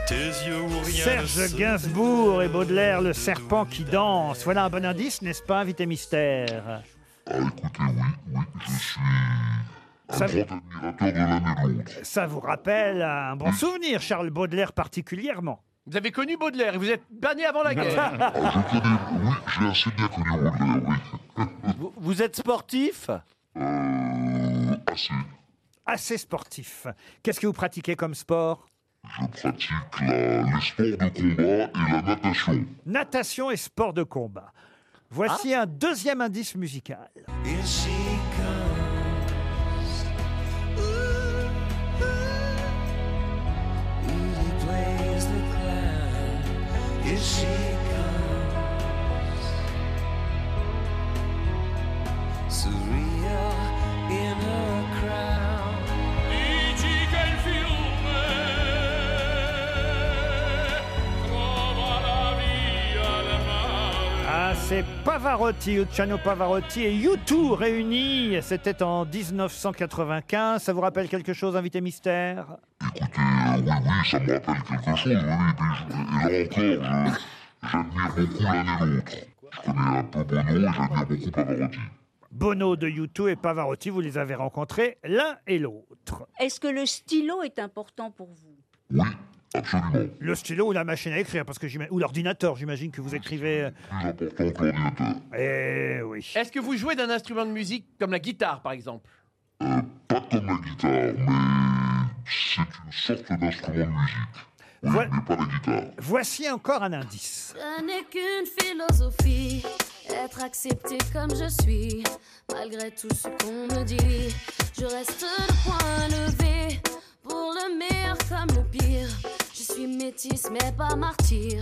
Tes yeux où rien ne
Serge
se
Gainsbourg et Baudelaire, le serpent qui danse. Voilà un bon indice, n'est-ce pas, invité mystère Ah, écoutez, oui, Ça, ça vous rappelle un bon souvenir, Charles Baudelaire particulièrement.
Vous avez connu Baudelaire et vous êtes banné avant la guerre.
Vous, vous êtes sportif
Assez sportif. Qu'est-ce que vous pratiquez comme sport
Ah, pratique la- les sports de combat et la natation.
Natation et sport de combat. Voici
Ah.
un deuxième indice musical.
Here she comes. Ooh, ooh. Lily plays the clown. Here she comes. Surya in her crown. Dici che il fiume trova la via del mare.
Ah, c'est Pavarotti, Luciano Pavarotti et U2 réunis. C'était en 1995. Ça vous rappelle quelque chose, invité mystère
Euh, oui, oui, ça me rappelle quelque chose. Oui, oui, puis je- et là encore, je- j'admire beaucoup l'un et l'autre. Je connais un peu Bono et j'admire beaucoup Pavarotti.
Bono de U2 et Pavarotti, vous les avez rencontrés l'un et l'autre.
Est-ce que le stylo est important pour vous
Le stylo ou la machine à écrire, parce que j'imagine- ou l'ordinateur, j'imagine que vous écrivez. euh. Eh oui.
Est-ce que vous jouez d'un instrument de musique comme la guitare, par exemple
Pas comme la guitare, mais c'est une sorte d'instrument de musique. Oui, mais pas la guitare.
Voici encore un indice.
Ce n'est qu'une philosophie, être accepté comme je suis, malgré tout ce qu'on me dit. Je reste le point levé, pour le meilleur comme le pire. Je suis métisse mais pas martyr,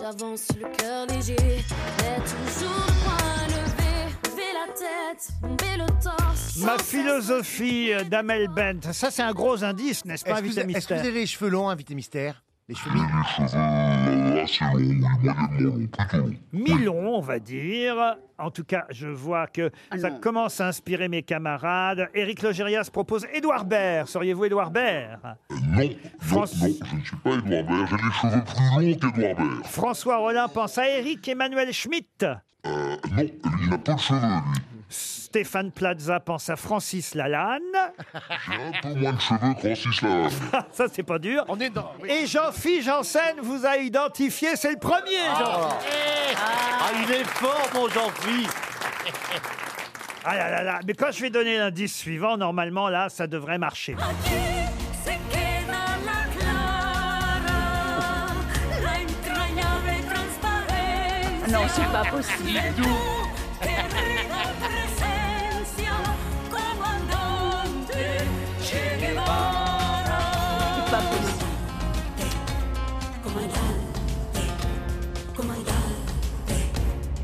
j'avance le cœur léger, mais toujours le point levé. Lever la tête, bomber le torse.
Ma philosophie euh, d'Amel Bent. Ça, c'est un gros indice, n'est-ce pas,
Est-ce que vous-
invité
est-ce que
mystère
vous avez les cheveux longs, invité mystère Les cheveux
Les cheveux euh, assez longs, oui, moyennement longs, plutôt longs.
Milon, on va dire. En tout cas, je vois que ça commence à inspirer mes camarades. Éric Logérias propose Édouard Baird. Seriez-vous Édouard Baird
Non, non, non, je ne suis pas Edouard Baird, j'ai les cheveux plus longs qu'Edouard Baird.
François Rollin pense à Éric Emmanuel Schmitt.
Non, il n'a pas de cheveux, lui.
Stéphane Plaza pense à Francis Lalanne.
Un peu moins de cheveux que Francis Lalanne.
Ça, c'est pas dur. Et Jean-Philippe Janssen vous a identifié. C'est le premier, jean
Ah, il est fort, mon Jean-Philippe
Ah là là là. Mais quand je vais donner l'indice suivant, normalement, là, ça devrait marcher.
Se queda la clara, la entrañable transparencia.
No, sí, vamos, sí.
Y tú, querida presencia, comandante Che Guevara.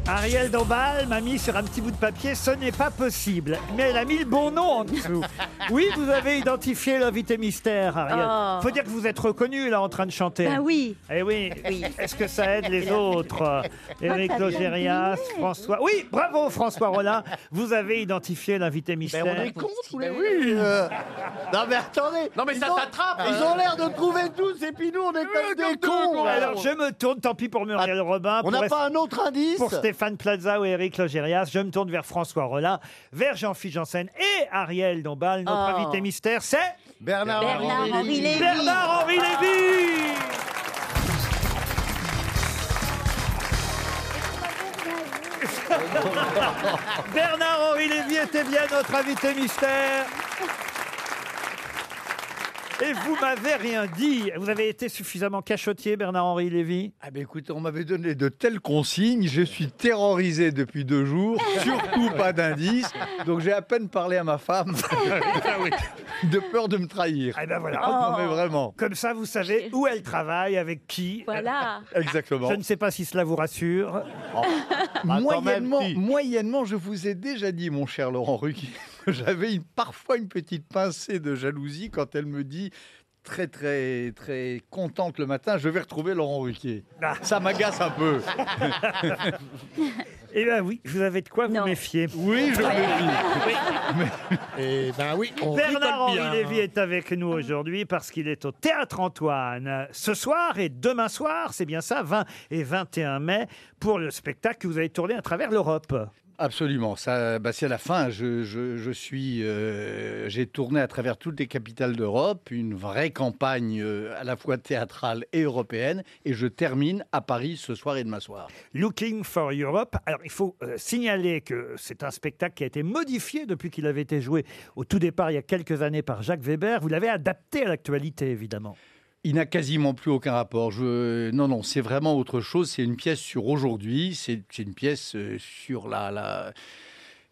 Ariel Dombal m'a mis sur un petit bout de papier, ce n'est pas possible. Mais elle a mis le bon nom en dessous. Oui, vous avez identifié l'invité mystère, Ariel.
Oh.
Faut dire que vous êtes reconnu là en train de chanter.
Bah oui.
Eh oui.
Oui.
Est-ce que ça aide les autres euh, Éric
Ah, t'as bien
Logérias,
deviné.
François. Oui, bravo François Rollin. Vous avez identifié l'invité mystère.
Ben, on est cons, tous les
oui.
deux. Non mais attendez Non mais ça t'attrape euh. Ils ont l'air de trouver tous et puis nous on est comme des cons
Alors je me tourne, tant pis pour Muriel Robin.
Ah, on
pour
n'a
Est-
pas un autre indice
Pour Stéphane Plaza ou Éric Logérias, je me tourne vers François Rollin, vers Jean-Philippe Janssen et Ariel Dombal. Notre
Oh.
invité mystère, c'est
Bernard-Henri Lévy.
Bernard-Henri Lévy. Bernard-Henri Lévy était bien notre invité mystère. Et vous m'avez rien dit. Vous avez été suffisamment cachotier, Bernard-Henri Lévy
Ah ben écoutez, on m'avait donné de telles consignes, je suis terrorisé depuis deux jours, surtout pas d'indices, donc j'ai à peine parlé à ma femme de peur de me trahir. Ah
Eh ben voilà.
Non mais vraiment.
Comme ça, vous savez où elle travaille, avec qui.
Voilà.
Exactement.
Je ne sais pas si cela vous rassure.
Oh, Moyennement, moyennement, je vous ai déjà dit, mon cher Laurent Ruquier, que j'avais une- parfois une petite pincée de jalousie quand elle me dit très très très contente le matin, je vais retrouver Laurent Ruquier.
Ah.
Ça m'agace un peu.
Eh bien oui, vous avez de quoi vous méfier.
Oui, je me méfie.
Eh ben oui,
on
Bernard-Henri
rigole bien.
Lévy est avec nous aujourd'hui parce qu'il est au Théâtre Antoine ce soir et demain soir, c'est bien ça, 20 et 21 mai, pour le spectacle que vous avez tourné à travers l'Europe.
Absolument, ça, bah, c'est à la fin. Je, je- je suis, euh, j'ai tourné à travers toutes les capitales d'Europe, une vraie campagne euh, à la fois théâtrale et européenne, et je termine à Paris ce soir et demain soir.
Looking for Europe. Alors, il faut euh, signaler que c'est un spectacle qui a été modifié depuis qu'il avait été joué au tout départ il y a quelques années par Jacques Weber. Vous l'avez adapté à l'actualité, évidemment.
Il n'a quasiment plus aucun rapport. Je... Non, non, c'est vraiment autre chose. C'est une pièce sur aujourd'hui. C'est c'est une pièce euh, sur la. la-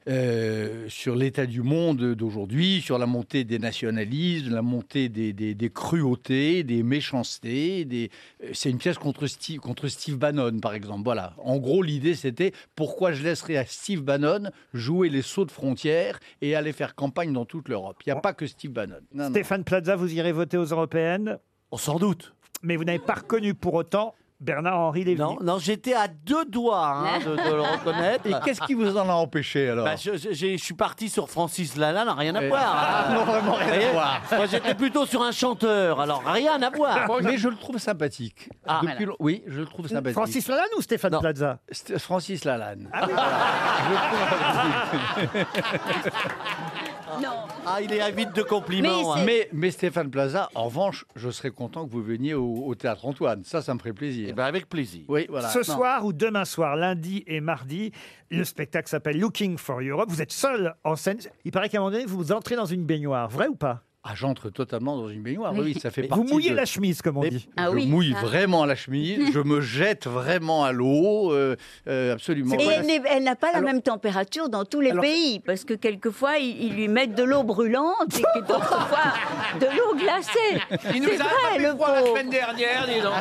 euh, sur l'état du monde d'aujourd'hui, sur la montée des nationalismes, la montée des, des- des cruautés, des méchancetés. Des... euh, C'est une pièce contre Steve, contre Steve Bannon, par exemple. Voilà. En gros, l'idée, c'était pourquoi je laisserais à Steve Bannon jouer les sauts de frontières et aller faire campagne dans toute l'Europe. Il n'y a pas que Steve Bannon. Non, non.
Stéphane Plaza, vous irez voter aux européennes
Oh, Sans doute.
Mais vous n'avez pas reconnu pour autant Bernard-Henri Lévy.
Non, non, j'étais à deux doigts hein, de, de le reconnaître.
Et qu'est-ce qui vous en a empêché alors
Bah, je, je- j'ai- je suis parti sur Francis Lalanne, rien à
Eh,
voir. hein.
non, vraiment rien à
Vous voyez
voir.
Moi, j'étais plutôt sur un chanteur, alors rien à voir.
Mais je le trouve sympathique.
Ah,
Depuis
voilà.
lo- Oui, je le trouve sympathique.
Francis Lalanne ou Stéphane Plaza
St- Francis Lalanne.
Ah, il est avide de compliments. hein.
Mais, mais Stéphane Plaza, en revanche, je serais content que vous veniez au, au Théâtre Antoine. Ça, ça me ferait plaisir.
Eh ben, avec plaisir.
Oui, voilà.
Ce
Non.
soir ou demain soir, lundi et mardi, le spectacle s'appelle Looking for Europe. Vous êtes seul en scène. Il paraît qu'à un moment donné, vous entrez dans une baignoire. Vrai ou pas
Ah, j'entre totalement dans une baignoire. Oui, ça fait
Vous
partie
mouillez
de-
la chemise, comme on dit.
Ah
je mouille vraiment la chemise, je me jette vraiment à l'eau, euh, euh, absolument.
Et elle, n'est- elle n'a pas la même température dans tous les pays, parce que quelquefois, ils, ils lui mettent de l'eau brûlante et que d'autres fois, de l'eau glacée.
Il nous
C'est
a
vrai,
tapé
le
froid la
pauvre.
semaine dernière, dis donc.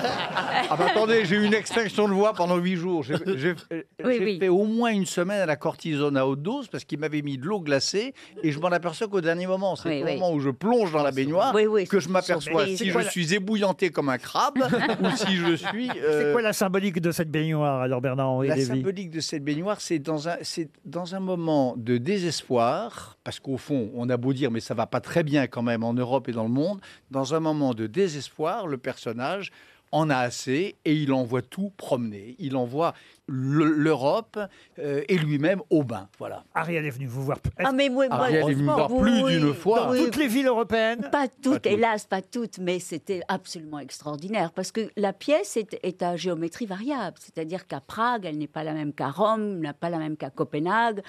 Ah bah attendez, j'ai eu une extinction de voix pendant huit jours. J'ai j'ai- euh, j'ai fait au moins une semaine à la cortisone à haute dose parce qu'il m'avait mis de l'eau glacée et je m'en aperçois qu'au dernier moment. C'est
Oui,
au
oui. Ah,
moment où je plonge dans la baignoire que je m'aperçois
Mais
si
c'est
je
quoi la-
suis ébouillanté comme un crabe ou si je suis... euh,
C'est quoi la symbolique de cette baignoire, alors Bernard-Henri
la
Lévy
symbolique de cette baignoire, c'est dans, un, c'est dans un moment de désespoir, parce qu'au fond, on a beau dire, mais ça va pas très bien quand même en Europe et dans le monde, dans un moment de désespoir, le personnage en a assez et il envoie tout promener. Il envoie le- l'Europe euh, et lui-même au bain. Voilà.
Ariel est venue vous voir.
Ah, mais moi, moi,
Ariel est venue me voir
heureusement,
plus
oui,
d'une fois.
oui.
Toutes les villes européennes
Pas toutes, hélas, pas toutes, mais c'était absolument extraordinaire parce que la pièce est, est à géométrie variable, c'est-à-dire qu'à Prague, elle n'est pas la même qu'à Rome, n'a pas la même qu'à Copenhague,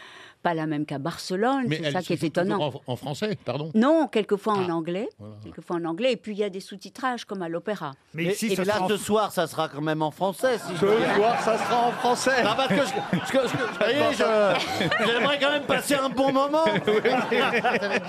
pas la même qu'à Barcelone,
Mais
c'est
elle
ça qui
se
est
joue toujours
étonnant.
En, en français, pardon.
Non, quelquefois en
Ah,
anglais, quelquefois en anglais, et puis il y a des sous-titrages comme à l'opéra.
Mais et là, ce soir, ça sera quand même en français. Si
Ce soir,
ça sera en français.
Ah, parce que je- parce que- parce que- vous voyez, je- j'aimerais quand même passer un bon moment.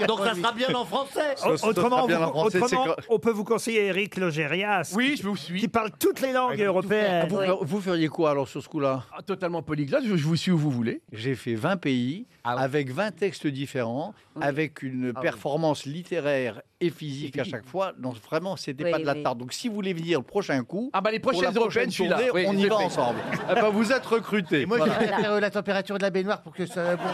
Donc, ça sera bien en français.
O- Autrement, vous- autrement, on peut vous conseiller Eric Logérias. Oui, je vous suis. Qui parle toutes les langues européennes.
Ah, Vous, fer- vous feriez quoi alors sur ce coup-là
Ah, Totalement polyglotte, je je vous suis où vous voulez.
J'ai fait 20 pays avec 20 textes différents, avec une
Ah oui.
performance littéraire et physique à chaque fois. Donc vraiment, c'était
Oui,
pas de la
oui.
tarte. Donc si vous voulez venir le prochain coup,
Ah bah, les
pour la
prochaines européennes, je suis là.
tournée,
Oui,
on
je
y va
fais.
ensemble. Ah bah, vous êtes recrutés.
Moi,
Voilà.
je préfère euh, la température de la baignoire pour que ça. pour-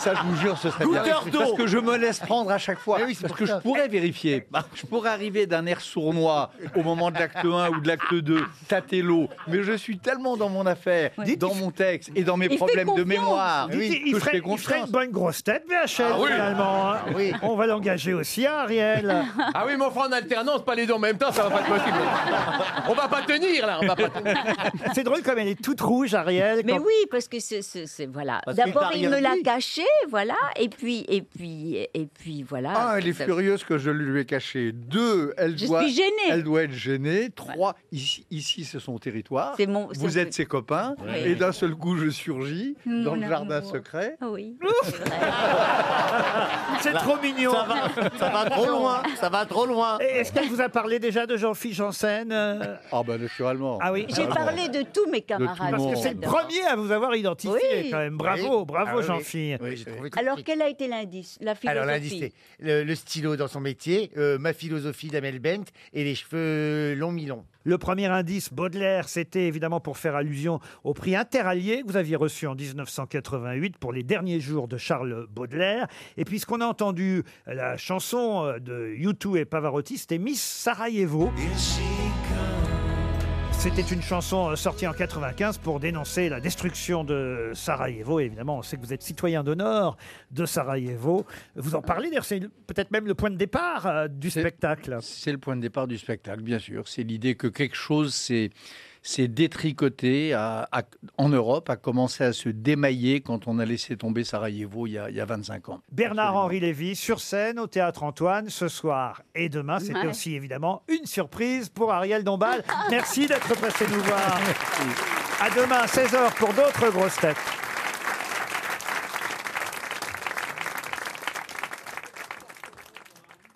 Ça, je vous jure, ce serait bien.
Ah. Goûteur d'eau.
Parce que je me laisse prendre à chaque fois.
Mais oui, c'est
parce
pour
que je
ça.
pourrais vérifier. Je pourrais arriver d'un air sournois au moment de l'acte 1 ou de l'acte 2, tâter l'eau. Mais je suis tellement dans mon affaire, dans mon texte et dans mes
Il fait
problèmes de
confiance.
mémoire
Dites,
Ah que
il,
je
ferait,
fais
il ferait
confiance.
une bonne grosse tête, VHL,
Ah oui.
finalement. hein.
Ah oui.
On va l'engager aussi, Ariel.
Ah oui, mais enfin en alternance, pas les deux en même temps, ça va pas être possible. On va pas tenir là, on va pas tenir.
C'est drôle comme elle est toute rouge, Ariel.
Mais
quand-
oui, parce que c'est c'est- c'est- voilà.
Parce que
D'abord,
t'as
il
rien
me l'a
dit.
caché, voilà, et puis et puis et puis voilà.
Un, Ah, elle est
Ça-
furieuse que je lui ai caché. Deux, elle
Je
doit,
suis gênée.
elle doit être gênée. Trois, ici, ici c'est son territoire.
C'est mon- c'est
Vous
mon-
êtes ses copains.
Oui.
Et d'un seul coup, je surgis dans le
Mon
jardin
amour.
Ah
secret.
Oui.
C'est
Là,
trop mignon.
ça va- ça va trop loin,
Ça va trop loin. Est-ce qu'elle vous a parlé déjà de Jean-Philippe Janssen euh,
Ah ben naturellement.
Ah oui.
J'ai parlé de tous mes camarades.
Parce que c'est le premier à vous avoir identifié quand même. Bravo,
Oui.
bravo
Ah oui, oui.
Jean-Philippe.
Oui, j'ai trouvé tout
Alors quel a été l'indice La philosophie.
Alors l'indice, c'est le, le stylo dans son métier, euh, ma philosophie d'Amel Bent et les cheveux longs mi-longs.
Le premier indice, Baudelaire, c'était évidemment pour faire allusion au prix interallié que vous aviez reçu en 1988 pour les derniers jours de Charles Baudelaire. Et puisqu'on a entendu la chanson euh, de U2 et Pavarotti, c'était Miss Sarajevo. C'était une chanson euh, sortie en 95 pour dénoncer la destruction de Sarajevo. Et évidemment, on sait que vous êtes citoyen d'honneur de Sarajevo. Vous en parlez d'ailleurs, c'est peut-être même le point de départ euh, du spectacle.
C'est le point de départ du spectacle, bien sûr. C'est l'idée que quelque chose s'est s'est s'est détricoté à- à- en Europe, a commencé à se démailler quand on a laissé tomber Sarajevo il y a, il y a 25 ans.
Bernard-Henri Lévy sur scène au Théâtre Antoine ce soir et demain. C'était
Ouais.
aussi évidemment une surprise pour Ariel Dombal. Merci d'être passé nous voir. À demain, 16h pour d'autres grosses têtes.